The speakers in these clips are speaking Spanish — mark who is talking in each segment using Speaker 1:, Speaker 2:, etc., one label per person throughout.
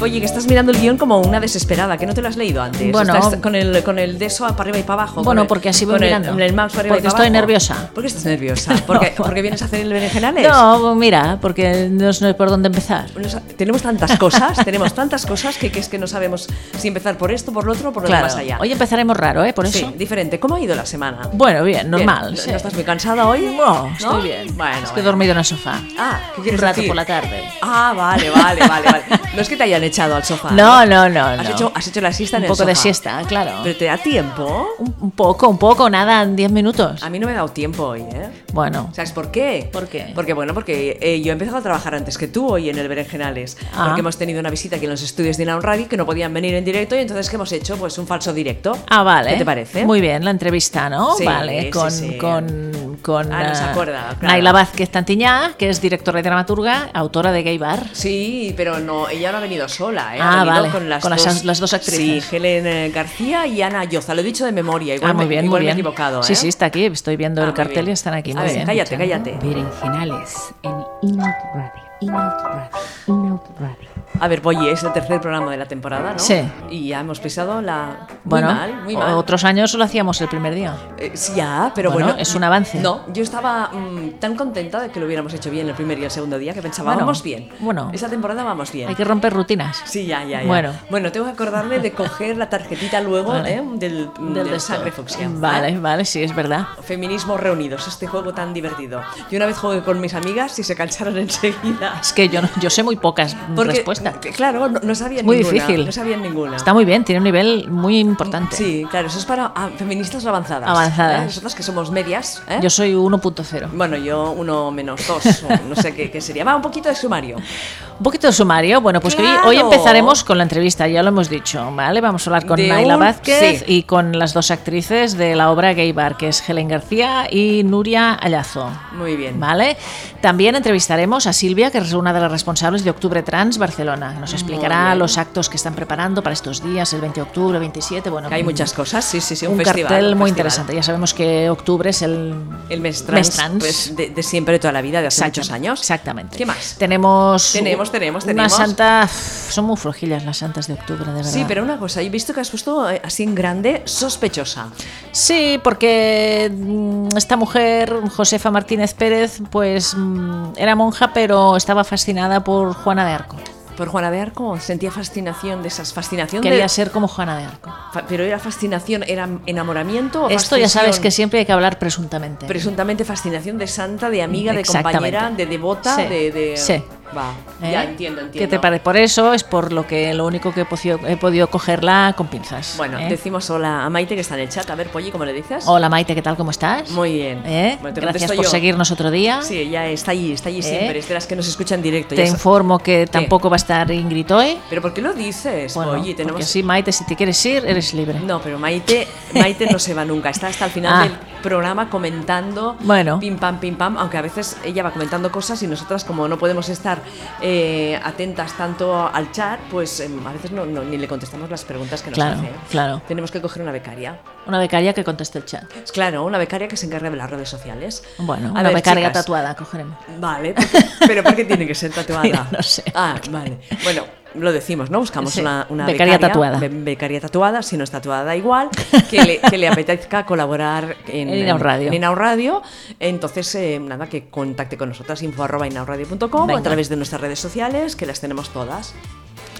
Speaker 1: Oye, que estás mirando el guión como una desesperada, que no te lo has leído antes.
Speaker 2: Bueno.
Speaker 1: Estás con el, con el de eso para arriba y para abajo. con
Speaker 2: Bueno,
Speaker 1: el-
Speaker 2: porque así voy
Speaker 1: con el-
Speaker 2: mirando.
Speaker 1: con el mouse para arriba y
Speaker 2: Porque
Speaker 1: para
Speaker 2: estoy
Speaker 1: abajo.
Speaker 2: nerviosa.
Speaker 1: ¿Por qué estás nerviosa? ¿Porque, porque vienes a hacer el berenjenales?
Speaker 2: No, mira, porque no sé por dónde empezar.
Speaker 1: No sa- tenemos tantas cosas, tenemos tantas cosas que, que es que no sabemos si empezar por esto, por lo otro, por lo de
Speaker 2: Claro.
Speaker 1: más allá.
Speaker 2: Hoy empezaremos raro, ¿eh? Por eso.
Speaker 1: sí, diferente. ¿Cómo ha ido la semana?
Speaker 2: Bueno, bien, normal.
Speaker 1: Bien.
Speaker 2: sí.
Speaker 1: ¿No estás muy cansada hoy?
Speaker 2: No, estoy bien.
Speaker 1: Bueno,
Speaker 2: es que he
Speaker 1: bueno.
Speaker 2: dormido en el sofá.
Speaker 1: Ah, ¿qué
Speaker 2: un
Speaker 1: quieres
Speaker 2: rato
Speaker 1: decir?
Speaker 2: por la tarde.
Speaker 1: Ah, vale, vale, vale, vale. No es que te hayan echado al sofá.
Speaker 2: No, no, no.
Speaker 1: Has,
Speaker 2: no.
Speaker 1: Hecho, has hecho la siesta
Speaker 2: un
Speaker 1: en el
Speaker 2: poco de
Speaker 1: sofá.
Speaker 2: siesta, claro.
Speaker 1: ¿Pero te da tiempo?
Speaker 2: Un, un poco, un poco, nada, en 10 minutos.
Speaker 1: A mí no me ha dado tiempo hoy, ¿eh?
Speaker 2: Bueno,
Speaker 1: ¿Sabes por qué?
Speaker 2: ¿Por qué?
Speaker 1: Porque, bueno, porque eh, yo he empezado a trabajar antes que tú hoy en el Berenjenales.
Speaker 2: Ah.
Speaker 1: Porque hemos tenido una visita aquí en los estudios de Inaun Radio que no podían venir en directo y entonces, ¿qué hemos hecho? Pues un falso directo.
Speaker 2: Ah, vale.
Speaker 1: ¿Qué te parece?
Speaker 2: Muy bien, la entrevista, ¿no?
Speaker 1: Sí,
Speaker 2: vale,
Speaker 1: sí,
Speaker 2: con,
Speaker 1: sí.
Speaker 2: con, con,
Speaker 1: Ah, no se
Speaker 2: eh,
Speaker 1: acuerda, claro.
Speaker 2: Naila Vázquez Tantiñá, que es directora y dramaturga, autora de Gay Bar.
Speaker 1: Sí, pero no, ella no ha venido sola, ¿eh?
Speaker 2: Ah,
Speaker 1: ha venido
Speaker 2: vale,
Speaker 1: con las,
Speaker 2: con las-
Speaker 1: dos,
Speaker 2: las dos actrices.
Speaker 1: Sí, Helen eh, García y Ana Yoza. Lo he dicho de memoria, igual,
Speaker 2: ah, muy
Speaker 1: me-
Speaker 2: bien,
Speaker 1: igual
Speaker 2: muy bien.
Speaker 1: me he equivocado, ¿eh?
Speaker 2: Sí, sí, está aquí, estoy viendo
Speaker 1: Ah,
Speaker 2: el
Speaker 1: muy
Speaker 2: cartel y
Speaker 1: bien.
Speaker 2: están aquí,
Speaker 1: A
Speaker 2: muy
Speaker 1: ver,
Speaker 2: bien.
Speaker 1: cállate, cállate.
Speaker 3: Berenjenales en Inout Radio. Inout Radio. Inout Radio.
Speaker 1: A ver, Boye, es el tercer programa de la temporada, ¿no?
Speaker 2: Sí.
Speaker 1: Y ya hemos pisado la... Muy
Speaker 2: Bueno,
Speaker 1: mal, muy mal.
Speaker 2: otros años lo hacíamos el primer día.
Speaker 1: Eh, sí, ya, pero
Speaker 2: Bueno,
Speaker 1: bueno,
Speaker 2: es un avance.
Speaker 1: No, yo estaba mm, tan contenta de que lo hubiéramos hecho bien el primer y el segundo día que pensaba,
Speaker 2: Bueno,
Speaker 1: vamos bien.
Speaker 2: bueno.
Speaker 1: Esa temporada vamos bien.
Speaker 2: Hay que romper rutinas.
Speaker 1: Sí, ya, ya, ya.
Speaker 2: Bueno.
Speaker 1: bueno, tengo que acordarme de coger la tarjetita luego
Speaker 2: Vale.
Speaker 1: ¿eh? del, del sangre fucsia. ¿eh?
Speaker 2: Vale, vale, sí, es verdad.
Speaker 1: Feminismo reunidos, este juego tan divertido. Yo una vez jugué con mis amigas y se cansaron enseguida.
Speaker 2: Es que yo, no- yo sé muy pocas
Speaker 1: Porque,
Speaker 2: respuestas.
Speaker 1: que, Claro, no, no sabían
Speaker 2: Es muy
Speaker 1: ninguna.
Speaker 2: difícil.
Speaker 1: No sabían ninguna.
Speaker 2: Está muy bien, tiene un nivel muy importante.
Speaker 1: Sí, claro, eso es para ah, feministas avanzadas.
Speaker 2: Avanzadas.
Speaker 1: ¿eh? Nosotras que somos medias. ¿eh?
Speaker 2: Yo soy 1.0.
Speaker 1: Bueno, yo uno menos dos, o no sé qué, qué sería. Va, un poquito de sumario.
Speaker 2: Un poquito de sumario. Bueno, pues que hoy-
Speaker 1: ¡Claro!
Speaker 2: hoy, empezaremos con la entrevista, ya lo hemos dicho, ¿vale? Vamos a hablar con
Speaker 1: De
Speaker 2: Naila
Speaker 1: un-
Speaker 2: Vázquez
Speaker 1: sí.
Speaker 2: y con las dos actrices de la obra Gay Bar, que es Helen García y Nuria Allazo.
Speaker 1: Muy bien.
Speaker 2: ¿Vale? También entrevistaremos a Silvia, que es una de las responsables de Octubre Trans Barcelona. Nos explicará
Speaker 1: bien.
Speaker 2: los actos que están preparando para estos días, el 20 de octubre, 27, bueno.
Speaker 1: Que Hay muchas cosas, sí, sí, sí, un,
Speaker 2: Un,
Speaker 1: festival.
Speaker 2: cartel
Speaker 1: un festival.
Speaker 2: muy interesante. Ya sabemos que octubre es el,
Speaker 1: El mes trans,
Speaker 2: mes trans.
Speaker 1: pues, de, de siempre, de toda la vida, de hace
Speaker 2: Exacta-
Speaker 1: muchos años.
Speaker 2: Exactamente.
Speaker 1: ¿Qué más?
Speaker 2: Tenemos.
Speaker 1: Tenemos, tenemos,
Speaker 2: una
Speaker 1: tenemos.
Speaker 2: santa. Son muy flojillas las santas de octubre, de verdad.
Speaker 1: Sí, pero una cosa, he visto que has puesto eh, así en grande, sospechosa.
Speaker 2: Sí, porque mm, esta mujer, Josefa Martínez Pérez, pues mm, era monja, pero estaba fascinada por Juana de Arco.
Speaker 1: Por Juana de Arco sentía fascinación de esas, fascinación
Speaker 2: Quería
Speaker 1: de-
Speaker 2: ser como Juana de Arco.
Speaker 1: fa- pero era fascinación, era enamoramiento. o
Speaker 2: Esto ya sabes que
Speaker 1: fascinación?
Speaker 2: siempre hay que hablar presuntamente.
Speaker 1: Presuntamente fascinación de santa, de amiga, de
Speaker 2: Exactamente.
Speaker 1: compañera, de devota,
Speaker 2: Sí,
Speaker 1: de, de-
Speaker 2: sí.
Speaker 1: Va,
Speaker 2: ¿Eh?
Speaker 1: ya entiendo, entiendo.
Speaker 2: ¿Qué te parece? Por eso es por lo que lo único que he podido, he podido cogerla con pinzas.
Speaker 1: Bueno,
Speaker 2: ¿eh?
Speaker 1: decimos hola a Maite que está en el chat. A ver, Polly, ¿cómo le dices?
Speaker 2: Hola Maite, ¿qué tal? ¿Cómo estás?
Speaker 1: Muy bien.
Speaker 2: ¿Eh?
Speaker 1: Bueno, te
Speaker 2: Gracias
Speaker 1: contesto
Speaker 2: por
Speaker 1: yo.
Speaker 2: seguirnos otro día.
Speaker 1: Sí, ella está allí, está allí
Speaker 2: ¿Eh?
Speaker 1: siempre. Es de las que nos escuchan en directo.
Speaker 2: Te
Speaker 1: ya sa-
Speaker 2: informo que tampoco va a estar Ingrid hoy.
Speaker 1: ¿Pero por qué lo dices,
Speaker 2: Bueno,
Speaker 1: Polly? Tenemos...
Speaker 2: porque sí, Maite, si te quieres ir, eres libre.
Speaker 1: No, pero Maite, Maite no se va nunca. Está hasta el final
Speaker 2: Ah.
Speaker 1: del programa comentando
Speaker 2: Bueno.
Speaker 1: pim pam, pim pam. Aunque a veces ella va comentando cosas y nosotras, como no podemos estar eh, atentas tanto al chat, pues em, a veces no, no- ni le contestamos las preguntas que nos
Speaker 2: Claro,
Speaker 1: hace. ¿eh?
Speaker 2: claro.
Speaker 1: Tenemos que coger una becaria.
Speaker 2: Una becaria que conteste el chat.
Speaker 1: Claro, una becaria que se encargue de las redes sociales.
Speaker 2: Bueno,
Speaker 1: A
Speaker 2: una
Speaker 1: ver,
Speaker 2: becaria
Speaker 1: chicas.
Speaker 2: tatuada, cogeremos.
Speaker 1: Vale, porque- pero ¿por qué tiene que ser tatuada?
Speaker 2: Mira, no sé.
Speaker 1: Ah, vale. Bueno, lo decimos, ¿no? Buscamos
Speaker 2: Sí,
Speaker 1: una, una
Speaker 2: becaria tatuada.
Speaker 1: be- becaria tatuada, si no es tatuada da igual, que le, que le apetezca colaborar en,
Speaker 2: En Inaun Radio.
Speaker 1: en Inaun Radio. Entonces, eh, nada, que contacte con nosotras, info arroba inaunradio.com o
Speaker 2: Venga.
Speaker 1: a través de nuestras redes sociales, que las tenemos todas.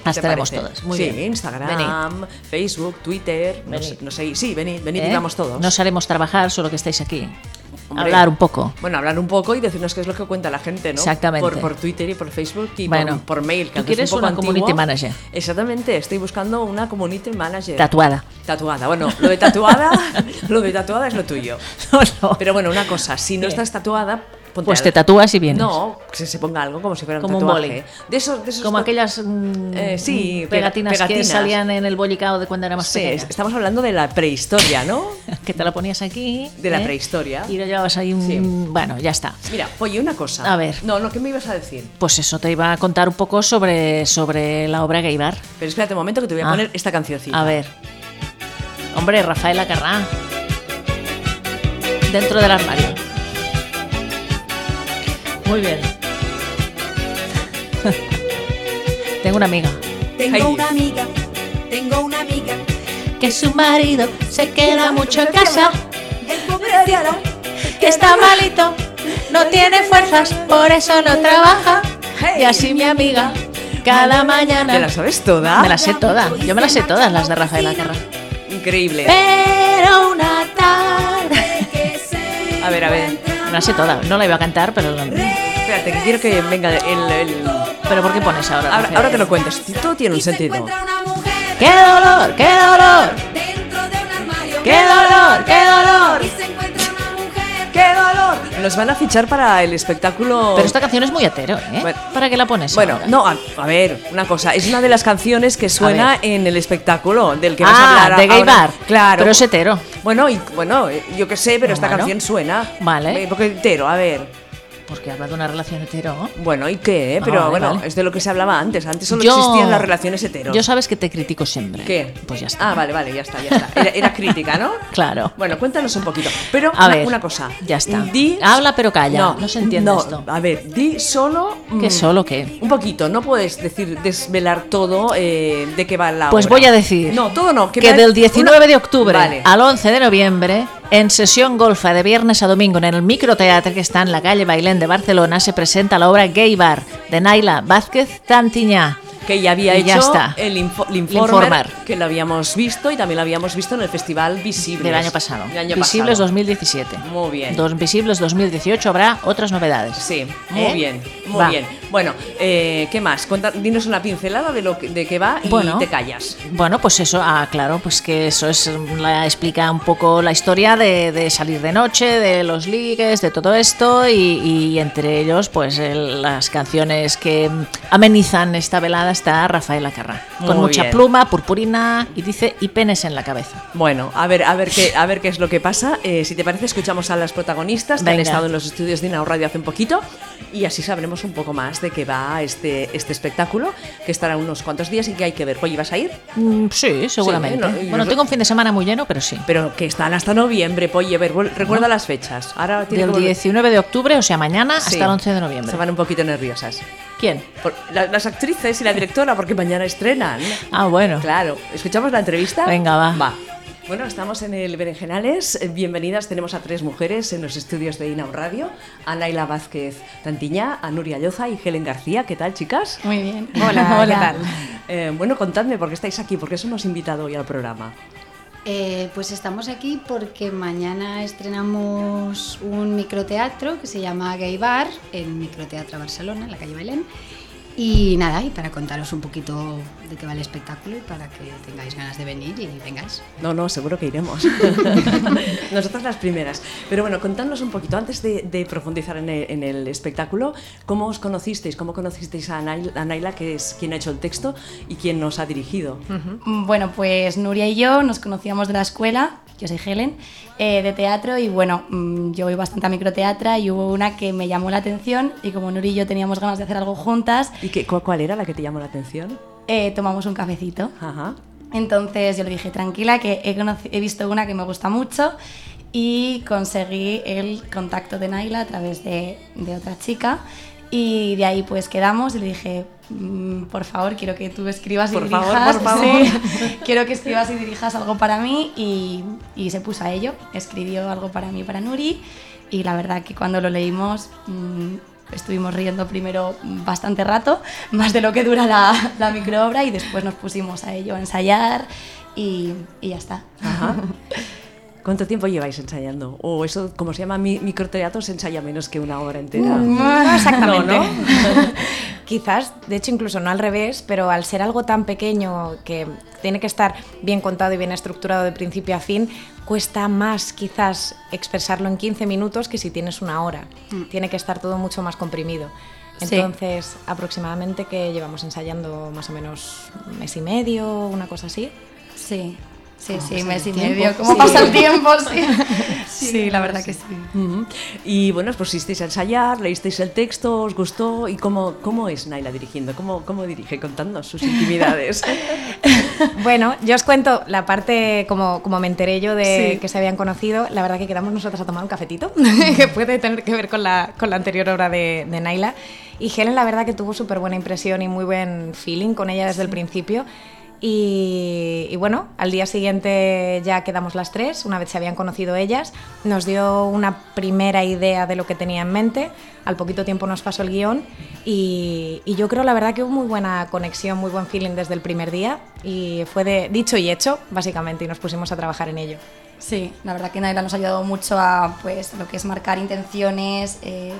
Speaker 2: Las
Speaker 1: ¿Te
Speaker 2: tenemos
Speaker 1: parece?
Speaker 2: todas. Muy
Speaker 1: sí,
Speaker 2: bien. ¿Eh?
Speaker 1: Instagram, Facebook, Twitter, no
Speaker 2: Venid.
Speaker 1: sé, no sé, sí, venid, venid
Speaker 2: ¿Eh?
Speaker 1: y vamos todos.
Speaker 2: No os haremos trabajar, solo que estáis aquí.
Speaker 1: Hombre.
Speaker 2: Hablar un poco.
Speaker 1: Bueno, hablar un poco y decirnos qué es lo que cuenta la gente, ¿no?
Speaker 2: Exactamente.
Speaker 1: Por, por Twitter y por Facebook y
Speaker 2: Bueno,
Speaker 1: por, por mail. Que
Speaker 2: tú
Speaker 1: aunque es
Speaker 2: quieres
Speaker 1: un poco
Speaker 2: una community
Speaker 1: antiguo.
Speaker 2: manager.
Speaker 1: Exactamente, estoy buscando una community manager.
Speaker 2: Tatuada.
Speaker 1: tatuada. Bueno, lo de tatuada, lo de tatuada es lo tuyo.
Speaker 2: No, no.
Speaker 1: Pero bueno, una cosa, si no
Speaker 2: ¿Qué?
Speaker 1: estás tatuada, ponte
Speaker 2: Pues te
Speaker 1: algo.
Speaker 2: tatúas y vienes.
Speaker 1: No, que se- se ponga algo como si fuera un
Speaker 2: Como un
Speaker 1: tatuaje.
Speaker 2: boli.
Speaker 1: De esos, de esos
Speaker 2: Como
Speaker 1: ta-
Speaker 2: aquellas mm,
Speaker 1: Eh, sí, pega-
Speaker 2: pegatinas, que
Speaker 1: pegatinas.
Speaker 2: salían en el bolicao de cuando era más
Speaker 1: Sí,
Speaker 2: pequeña.
Speaker 1: estamos hablando de la prehistoria, ¿no?
Speaker 2: Que te la ponías aquí.
Speaker 1: De la
Speaker 2: ¿eh?
Speaker 1: prehistoria.
Speaker 2: Y lo llevabas ahí un...
Speaker 1: Sí.
Speaker 2: Bueno, ya está.
Speaker 1: Mira, oye, una cosa.
Speaker 2: A ver.
Speaker 1: No, no, ¿qué me ibas a decir?
Speaker 2: Pues eso, te iba a contar un poco sobre, sobre la obra Gaybar.
Speaker 1: Pero espérate un momento que te voy a
Speaker 2: Ah.
Speaker 1: poner esta cancioncita.
Speaker 2: A ver. Hombre, Rafael Acarrá. Dentro del armario. Muy bien. Tengo una amiga
Speaker 1: Ay.
Speaker 4: Tengo una amiga, tengo una amiga,
Speaker 2: que su marido se queda mucho en casa,
Speaker 4: el pobre Ariana,
Speaker 2: que está malito, no tiene fuerzas, por eso no trabaja. Y así mi amiga, cada mañana...
Speaker 1: ¿Te la sabes toda?
Speaker 2: Me la sé toda, yo me las sé todas las de Rafael Acarra.
Speaker 1: Increíble.
Speaker 2: Eh. Pero una tarde...
Speaker 4: que se
Speaker 1: A ver, a ver.
Speaker 2: Me la sé toda, no la iba a cantar, pero...
Speaker 1: Espérate, que quiero que venga el. el-
Speaker 2: ¿Pero por qué pones ahora?
Speaker 1: Ahora,
Speaker 2: Rafael?
Speaker 1: ahora te lo cuento. Si Todo tiene un
Speaker 4: y se
Speaker 1: sentido.
Speaker 4: encuentra una mujer
Speaker 2: ¡Qué dolor, qué dolor!
Speaker 4: dentro de un armario.
Speaker 2: ¡Qué dolor, qué dolor!
Speaker 4: Y se encuentra una mujer
Speaker 1: ¡Qué dolor! Nos van a fichar para el espectáculo.
Speaker 2: Pero esta canción es muy hetero, ¿eh?
Speaker 1: Bueno.
Speaker 2: ¿Para qué la pones?
Speaker 1: Bueno,
Speaker 2: ahora?
Speaker 1: no, a, a ver, una cosa. Es una de las canciones que suena en el espectáculo del que vas a
Speaker 2: Ah,
Speaker 1: hablar.
Speaker 2: de Gay
Speaker 1: ahora.
Speaker 2: Bar.
Speaker 1: Claro.
Speaker 2: Pero es hetero.
Speaker 1: Bueno, y, bueno, eh, yo qué sé, pero esta
Speaker 2: Bueno.
Speaker 1: canción suena.
Speaker 2: Vale.
Speaker 1: Eh, Porque entero, a ver.
Speaker 2: Porque habla de una relación hetero.
Speaker 1: Bueno, ¿y qué? eh? Pero
Speaker 2: Ah, vale,
Speaker 1: bueno,
Speaker 2: vale.
Speaker 1: es de lo que se hablaba antes. Antes solo existían las relaciones heteros.
Speaker 2: Yo sabes que te critico siempre.
Speaker 1: ¿Qué?
Speaker 2: Pues ya está.
Speaker 1: Ah, vale, vale, ya está, ya está. Era, era crítica, ¿no?
Speaker 2: Claro.
Speaker 1: Bueno, cuéntanos un poquito. Pero
Speaker 2: A
Speaker 1: una,
Speaker 2: ver,
Speaker 1: una cosa.
Speaker 2: ya está.
Speaker 1: Di-
Speaker 2: Habla, pero calla. No se entiende esto.
Speaker 1: A ver, di solo. mm,
Speaker 2: ¿Qué solo qué?
Speaker 1: Un poquito. No puedes decir, desvelar todo eh, de qué va la
Speaker 2: Pues
Speaker 1: obra.
Speaker 2: voy a decir
Speaker 1: No, todo no.
Speaker 2: que,
Speaker 1: me-
Speaker 2: del 19
Speaker 1: una-
Speaker 2: de octubre
Speaker 1: Vale.
Speaker 2: al 11 de noviembre, en sesión golfa de viernes a domingo en el microteatro que está en la calle Bailén de Barcelona, se presenta la obra Gay Bar de Naila Vázquez Tantiñá.
Speaker 1: Que ya había
Speaker 2: Y
Speaker 1: hecho
Speaker 2: ya está.
Speaker 1: el, info- el informer,
Speaker 2: Informar.
Speaker 1: que lo habíamos visto y también lo habíamos visto en el Festival Visibles.
Speaker 2: Del año pasado.
Speaker 1: Del año
Speaker 2: Visibles
Speaker 1: pasado.
Speaker 2: 2017.
Speaker 1: Muy bien.
Speaker 2: Dos Visibles 2018 habrá otras novedades.
Speaker 1: Sí, muy
Speaker 2: ¿Eh?
Speaker 1: bien, muy
Speaker 2: Va.
Speaker 1: bien. Bueno, eh, ¿qué más? Cuenta- dinos una pincelada de lo que- de qué va y
Speaker 2: Bueno.
Speaker 1: te callas.
Speaker 2: Bueno, pues eso, ah, claro, pues que eso es la, explica un poco la historia de, de salir de noche, de los ligues, de todo esto y, y entre ellos, pues el- las canciones que mm, amenizan esta velada está Rafael Acarrá, con
Speaker 1: Muy
Speaker 2: mucha
Speaker 1: bien.
Speaker 2: pluma, purpurina y dice y penes en la cabeza.
Speaker 1: Bueno, a ver, a ver qué, a ver qué es lo que pasa. Eh, si te parece, escuchamos a las protagonistas que han
Speaker 2: Venga.
Speaker 1: estado en los estudios de Inao Radio hace un poquito y así sabremos un poco más de qué va este, este espectáculo, que estará unos cuantos días y que hay que ver. Oye, ¿vas a ir?
Speaker 2: Mm, sí, seguramente.
Speaker 1: Sí, no, y
Speaker 2: bueno,
Speaker 1: nosot-
Speaker 2: tengo un fin de semana muy lleno, pero sí.
Speaker 1: Pero que están hasta noviembre, Polly. A ver, vuel- recuerda las fechas. Ahora tiene
Speaker 2: Del
Speaker 1: que volver-
Speaker 2: 19 de octubre, o sea, mañana,
Speaker 1: Sí.
Speaker 2: hasta el 11 de noviembre.
Speaker 1: Se van un poquito nerviosas.
Speaker 2: ¿Quién?
Speaker 1: Por- la- las actrices y la directora, porque mañana estrenan.
Speaker 2: Ah, bueno.
Speaker 1: Claro, ¿escuchamos la entrevista?
Speaker 2: Venga, va.
Speaker 1: Bueno, estamos en el Berenjenales. Eh, Bienvenidas, tenemos a tres mujeres en los estudios de Inau Radio: a Naila Vázquez Tantiñá, a Nuria Lloza y Helen García. ¿Qué tal, chicas?
Speaker 5: Muy bien.
Speaker 1: Hola,
Speaker 5: ¿qué
Speaker 1: hola.
Speaker 5: tal?
Speaker 1: Eh, bueno, contadme por qué estáis aquí, por qué eso nos invitado hoy al programa.
Speaker 5: Eh, pues estamos aquí porque mañana estrenamos un microteatro que se llama Gay Bar, en Microteatro Barcelona, en la calle Belén. Y nada, y para contaros un poquito de qué va el espectáculo y para que tengáis ganas de venir y vengáis.
Speaker 1: No, no, seguro que iremos. Nosotras las primeras. Pero bueno, contadnos un poquito, antes de, de profundizar en el, en el espectáculo, ¿cómo os conocisteis? ¿Cómo conocisteis a Naila, a Naila, que es quien ha hecho el texto y quien nos ha dirigido?
Speaker 6: Bueno, pues Nuria y yo nos conocíamos de la escuela, yo soy Helen, eh, de teatro y bueno, mm, yo voy bastante a microteatra y hubo una que me llamó la atención y como Nuria y yo teníamos ganas de hacer algo juntas,
Speaker 1: ¿Y qué, cu- cuál era la que te llamó la atención?
Speaker 6: eh, tomamos un cafecito.
Speaker 1: Ajá.
Speaker 6: Entonces yo le dije, tranquila, que he, conoci- he visto una que me gusta mucho y conseguí el contacto de Naila a través de, de otra chica y de ahí pues quedamos y le dije, "Mm, por favor, quiero que tú escribas y
Speaker 1: Por favor,
Speaker 6: dirijas,
Speaker 1: por favor.
Speaker 6: sí, quiero que escribas y dirijas algo para mí y, y se puso a ello, escribió algo para mí, y para Nuri y la verdad que cuando lo leímos... mm, Estuvimos riendo primero bastante rato, más de lo que dura la, la microobra, y después nos pusimos a ello a ensayar y, y ya está.
Speaker 1: Ajá. ¿Cuánto tiempo lleváis ensayando? O eso, como se llama mi- microteatro, se ensaya menos que una hora entera.
Speaker 5: No exactamente.
Speaker 1: No,
Speaker 7: Quizás, de hecho, incluso no al revés, pero al ser algo tan pequeño que tiene que estar bien contado y bien estructurado de principio a fin, cuesta más quizás expresarlo en 15 minutos que si tienes una hora. Tiene que estar todo mucho más comprimido.
Speaker 6: Sí.
Speaker 7: Entonces, aproximadamente que llevamos ensayando más o menos un mes y medio, una cosa así.
Speaker 6: Sí, sí,
Speaker 7: ¿Cómo
Speaker 6: sí,
Speaker 7: pasa
Speaker 6: mes
Speaker 7: el
Speaker 6: y
Speaker 7: tiempo?
Speaker 6: medio. ¿Cómo pasa el tiempo? Sí, sí, la verdad que sí.
Speaker 1: Ujú. Y bueno, os pusisteis a ensayar, leísteis el texto, os gustó. ¿Y cómo, cómo es Naila dirigiendo? ¿Cómo, cómo dirige? Contadnos sus intimidades.
Speaker 7: Bueno, yo os cuento la parte como, como me enteré yo de
Speaker 6: Sí.
Speaker 7: que se habían conocido. La verdad que quedamos nosotras a tomar un cafetito, que puede tener que ver con la, con la anterior obra de, de Naila. Y Helen, la verdad que tuvo súper buena impresión y muy buen feeling con ella desde el principio. Y, y bueno, al día siguiente ya quedamos las tres, una vez se habían conocido ellas, nos dio una primera idea de lo que tenía en mente, al poquito tiempo nos pasó el guión y, y yo creo la verdad que hubo muy buena conexión, muy buen feeling desde el primer día y fue de dicho y hecho, básicamente, y nos pusimos a trabajar en ello.
Speaker 6: Sí, la verdad que Naila nos ha ayudado mucho a pues, lo que es marcar intenciones. eh,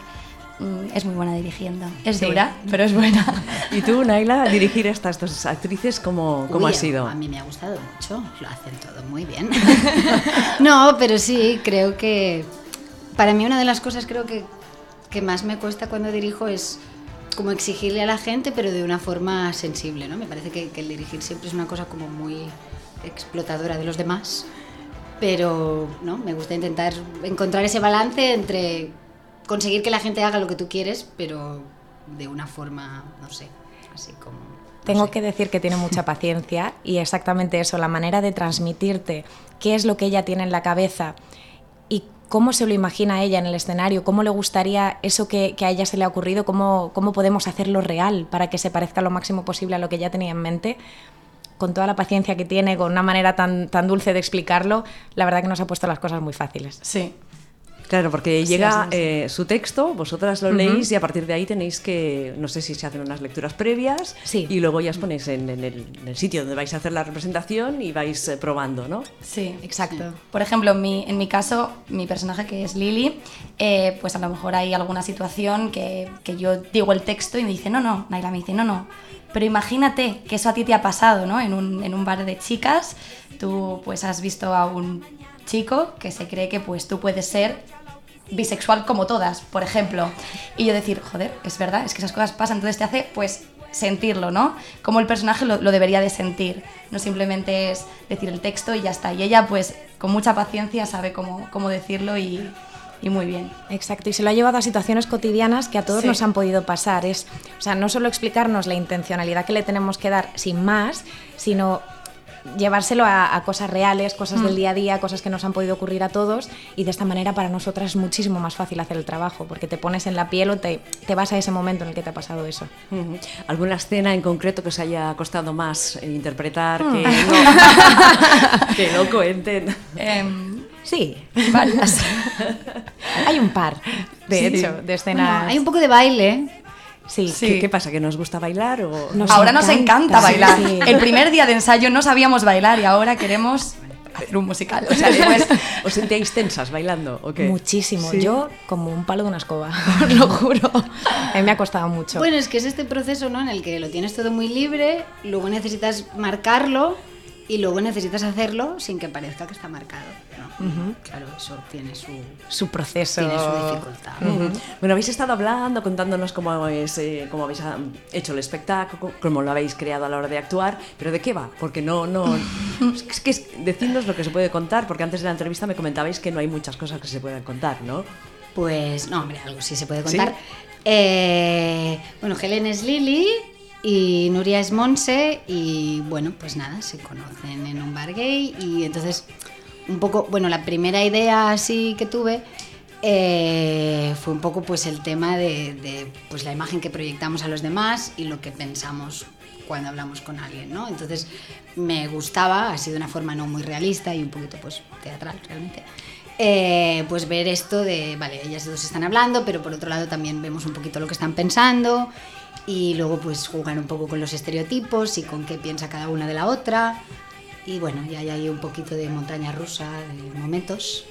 Speaker 6: mm, es muy buena dirigiendo. Es
Speaker 7: Sí.
Speaker 6: dura, pero es buena.
Speaker 1: ¿Y tú, Naila, dirigir a estas dos actrices, cómo, cómo
Speaker 5: Uy,
Speaker 1: ha sido?
Speaker 5: A mí me ha gustado mucho, lo hacen todo muy bien. no, pero sí, creo que para mí una de las cosas creo que, que más me cuesta cuando dirijo es como exigirle a la gente, pero de una forma sensible, ¿no? Me parece que, que el dirigir siempre es una cosa como muy explotadora de los demás, pero no, me gusta intentar encontrar ese balance entre conseguir que la gente haga lo que tú quieres, pero de una forma, no sé, así como... no
Speaker 7: Tengo
Speaker 5: sé.
Speaker 7: que decir que tiene mucha paciencia y exactamente eso, la manera de transmitirte qué es lo que ella tiene en la cabeza y cómo se lo imagina ella en el escenario, cómo le gustaría eso que, que a ella se le ha ocurrido, cómo, cómo podemos hacerlo real para que se parezca lo máximo posible a lo que ella tenía en mente. Con toda la paciencia que tiene, con una manera tan, tan dulce de explicarlo, la verdad que nos ha puesto las cosas muy fáciles.
Speaker 6: Sí.
Speaker 1: Claro, porque llega
Speaker 6: sí, sí.
Speaker 1: eh, su texto, vosotras lo leéis y a partir de ahí tenéis que, no sé si se hacen unas lecturas previas
Speaker 7: Sí.
Speaker 1: y luego ya os ponéis en, en el, en el sitio donde vais a hacer la representación y vais eh, probando, ¿no?
Speaker 6: Sí,
Speaker 5: exacto.
Speaker 6: Por ejemplo, en mi, en mi caso, mi personaje que es Lily, eh, pues a lo mejor hay alguna situación que, que yo digo el texto y me dice, no, no, Naila me dice, no, no. Pero imagínate que eso a ti te ha pasado, ¿no? En un, en un bar de chicas, tú pues has visto a un chico que se cree que pues tú puedes ser bisexual como todas, por ejemplo. Y yo decir, joder, es verdad, es que esas cosas pasan, entonces te hace pues sentirlo, ¿no? Como el personaje lo, lo debería de sentir, no simplemente es decir el texto y ya está. Y ella pues con mucha paciencia sabe cómo, cómo decirlo y, y muy bien.
Speaker 7: Exacto, y se lo ha llevado a situaciones cotidianas que a todos
Speaker 6: Sí.
Speaker 7: nos han podido pasar. Es, o sea, no solo explicarnos la intencionalidad que le tenemos que dar sin más, sino llevárselo a, a cosas reales, cosas del día a día, cosas que nos han podido ocurrir a todos y de esta manera para nosotras es muchísimo más fácil hacer el trabajo porque te pones en la piel o te, te vas a ese momento en el que te ha pasado eso.
Speaker 1: Ujú. ¿Alguna escena en concreto que os haya costado más eh, interpretar que,
Speaker 7: Hmm.
Speaker 1: no, que no cuenten?
Speaker 6: Em,
Speaker 7: Sí,
Speaker 6: varias.
Speaker 7: hay un par, de
Speaker 6: Sí.
Speaker 7: hecho, de
Speaker 5: Bueno,
Speaker 7: escenas.
Speaker 5: hay un poco de baile.
Speaker 7: Sí,
Speaker 6: Sí.
Speaker 1: ¿Qué, qué pasa? ¿Que nos gusta bailar o...?
Speaker 7: Nos
Speaker 6: ahora nos
Speaker 7: encanta,
Speaker 6: encanta bailar.
Speaker 7: sí.
Speaker 6: El primer día de ensayo no sabíamos bailar y ahora queremos hacer un musical. O sea, pues, después-
Speaker 1: Ah, pues, ¿Os sentíais tensas bailando o qué?
Speaker 7: Muchísimo, yo como un palo de una escoba, os lo juro. A mí me ha costado mucho.
Speaker 5: Bueno, es que es este proceso, ¿no? En el que lo tienes todo muy libre, luego necesitas marcarlo y luego necesitas hacerlo sin que parezca que está marcado. ¿no? Claro, eso tiene su,
Speaker 7: su proceso.
Speaker 5: tiene su dificultad.
Speaker 1: Ujú. Eh, Bueno, habéis estado hablando, contándonos cómo, es, eh, cómo habéis ah, hecho el espectáculo, cómo lo habéis creado a la hora de actuar, pero ¿de qué va? Porque no, no, es que es, decidnos lo que se puede contar, porque antes de la entrevista me comentabais que no hay muchas cosas que se puedan contar, ¿no?
Speaker 5: Pues no, hombre, algo sí se puede
Speaker 1: ¿Sí?
Speaker 5: contar. Eh, bueno, Helen es Lili y Nuria es Monse y bueno, pues nada, se conocen en un bar gay y entonces un poco, bueno, la primera idea así que tuve eh, fue un poco pues el tema de, de, pues la imagen que proyectamos a los demás y lo que pensamos cuando hablamos con alguien, ¿no? Entonces me gustaba, así de una forma no muy realista y un poquito pues teatral realmente, eh, pues ver esto de, vale, ellas dos están hablando, pero por otro lado también vemos un poquito lo que están pensando y luego pues jugar un poco con los estereotipos y con qué piensa cada una de la otra y bueno, ya hay ahí un poquito de montaña rusa de momentos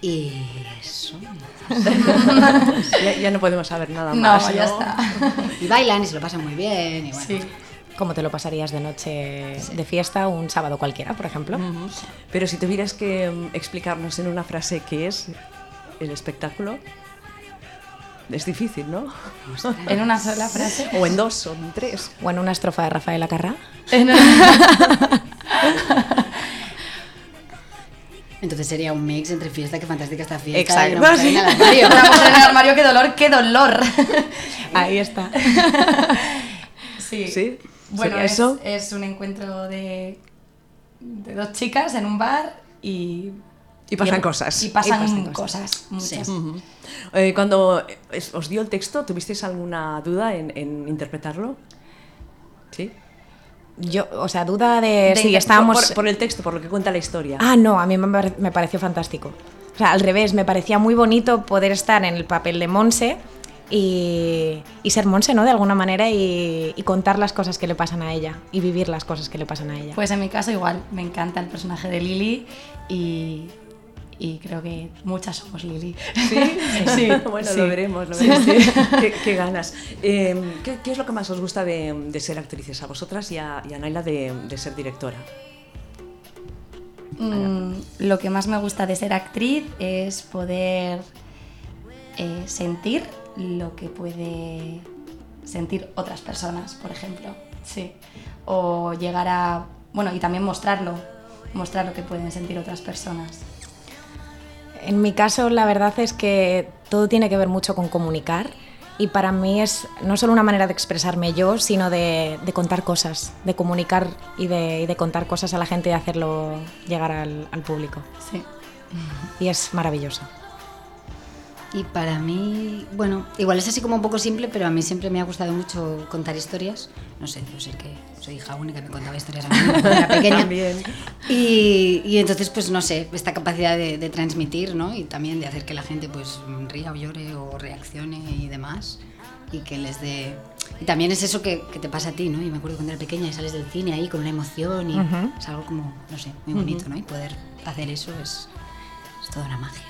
Speaker 5: y eso.
Speaker 1: Ya, ya no podemos saber nada
Speaker 6: No,
Speaker 1: más.
Speaker 6: ya está.
Speaker 5: Y bailan y se lo pasan muy bien y bueno.
Speaker 6: Sí.
Speaker 7: Como te lo pasarías de noche de fiesta un sábado cualquiera, por ejemplo.
Speaker 1: Pero si tuvieras que mm, explicarnos en una frase qué es el espectáculo, es difícil, ¿no?
Speaker 6: En una sola frase.
Speaker 1: O en dos, o en tres.
Speaker 7: O en una estrofa de Rafael Acarrá.
Speaker 5: Entonces sería un mix entre fiesta, que fantástica esta fiesta.
Speaker 7: Exacto.
Speaker 5: Y una mujer en el armario.
Speaker 6: Una mujer en el armario, qué dolor, qué dolor.
Speaker 7: Ahí está.
Speaker 6: Sí.
Speaker 1: ¿Sí?
Speaker 6: Bueno,
Speaker 1: ¿Sería
Speaker 6: es,
Speaker 1: eso?
Speaker 6: es un encuentro de, de dos chicas en un bar y...
Speaker 1: Y pasan cosas.
Speaker 6: Y pasan,
Speaker 1: Y pasan
Speaker 6: cosas. muchas.
Speaker 1: Ujú. Eh, cuando eh, es- os dio el texto, ¿tuvisteis alguna duda en, en interpretarlo? Sí.
Speaker 7: Yo, o sea, duda de,
Speaker 1: De
Speaker 7: si
Speaker 1: inter-
Speaker 7: estábamos...
Speaker 1: por, por el texto, por lo que cuenta la historia.
Speaker 7: Ah, no, a mí me, pare- me pareció fantástico. O sea, al revés, me parecía muy bonito poder estar en el papel de Monse y, y ser Monse, ¿no? De alguna manera y, y contar las cosas que le pasan a ella y vivir las cosas que le pasan a ella.
Speaker 6: Pues en mi caso igual, me encanta el personaje de Lili y, y creo que muchas somos Lili.
Speaker 1: Sí,
Speaker 6: Sí,
Speaker 1: bueno,
Speaker 6: sí.
Speaker 1: lo veremos, lo veremos. Qué, qué ganas. Eh, ¿qué, qué es lo que más os gusta de, de ser actrices? A vosotras y a, y a Naila de, de ser directora.
Speaker 6: Mm, lo que más me gusta de ser actriz es poder eh, sentir lo que puede sentir otras personas, por ejemplo. Sí. O llegar a. Bueno, y también mostrarlo. Mostrar lo que pueden sentir otras personas.
Speaker 7: En mi caso, la verdad es que todo tiene que ver mucho con comunicar y para mí es no solo una manera de expresarme yo, sino de, de contar cosas, de comunicar y de, y de contar cosas a la gente y hacerlo llegar al, al público.
Speaker 6: Sí.
Speaker 7: Y es maravilloso.
Speaker 5: Y para mí, bueno, igual es así como un poco simple, pero a mí siempre me ha gustado mucho contar historias. No sé, yo sé que soy hija única, me contaba historias a mí cuando era pequeña.
Speaker 1: También.
Speaker 5: Y, y entonces, pues no sé, esta capacidad de, de transmitir, ¿no? Y también de hacer que la gente pues ría o llore o reaccione y demás. Y que les dé... Y también es eso que, que te pasa a ti, ¿no? Y me acuerdo cuando era pequeña y sales del cine ahí con una emoción y es algo como, no sé, muy bonito, ¿no? Y poder hacer eso es, es toda una magia.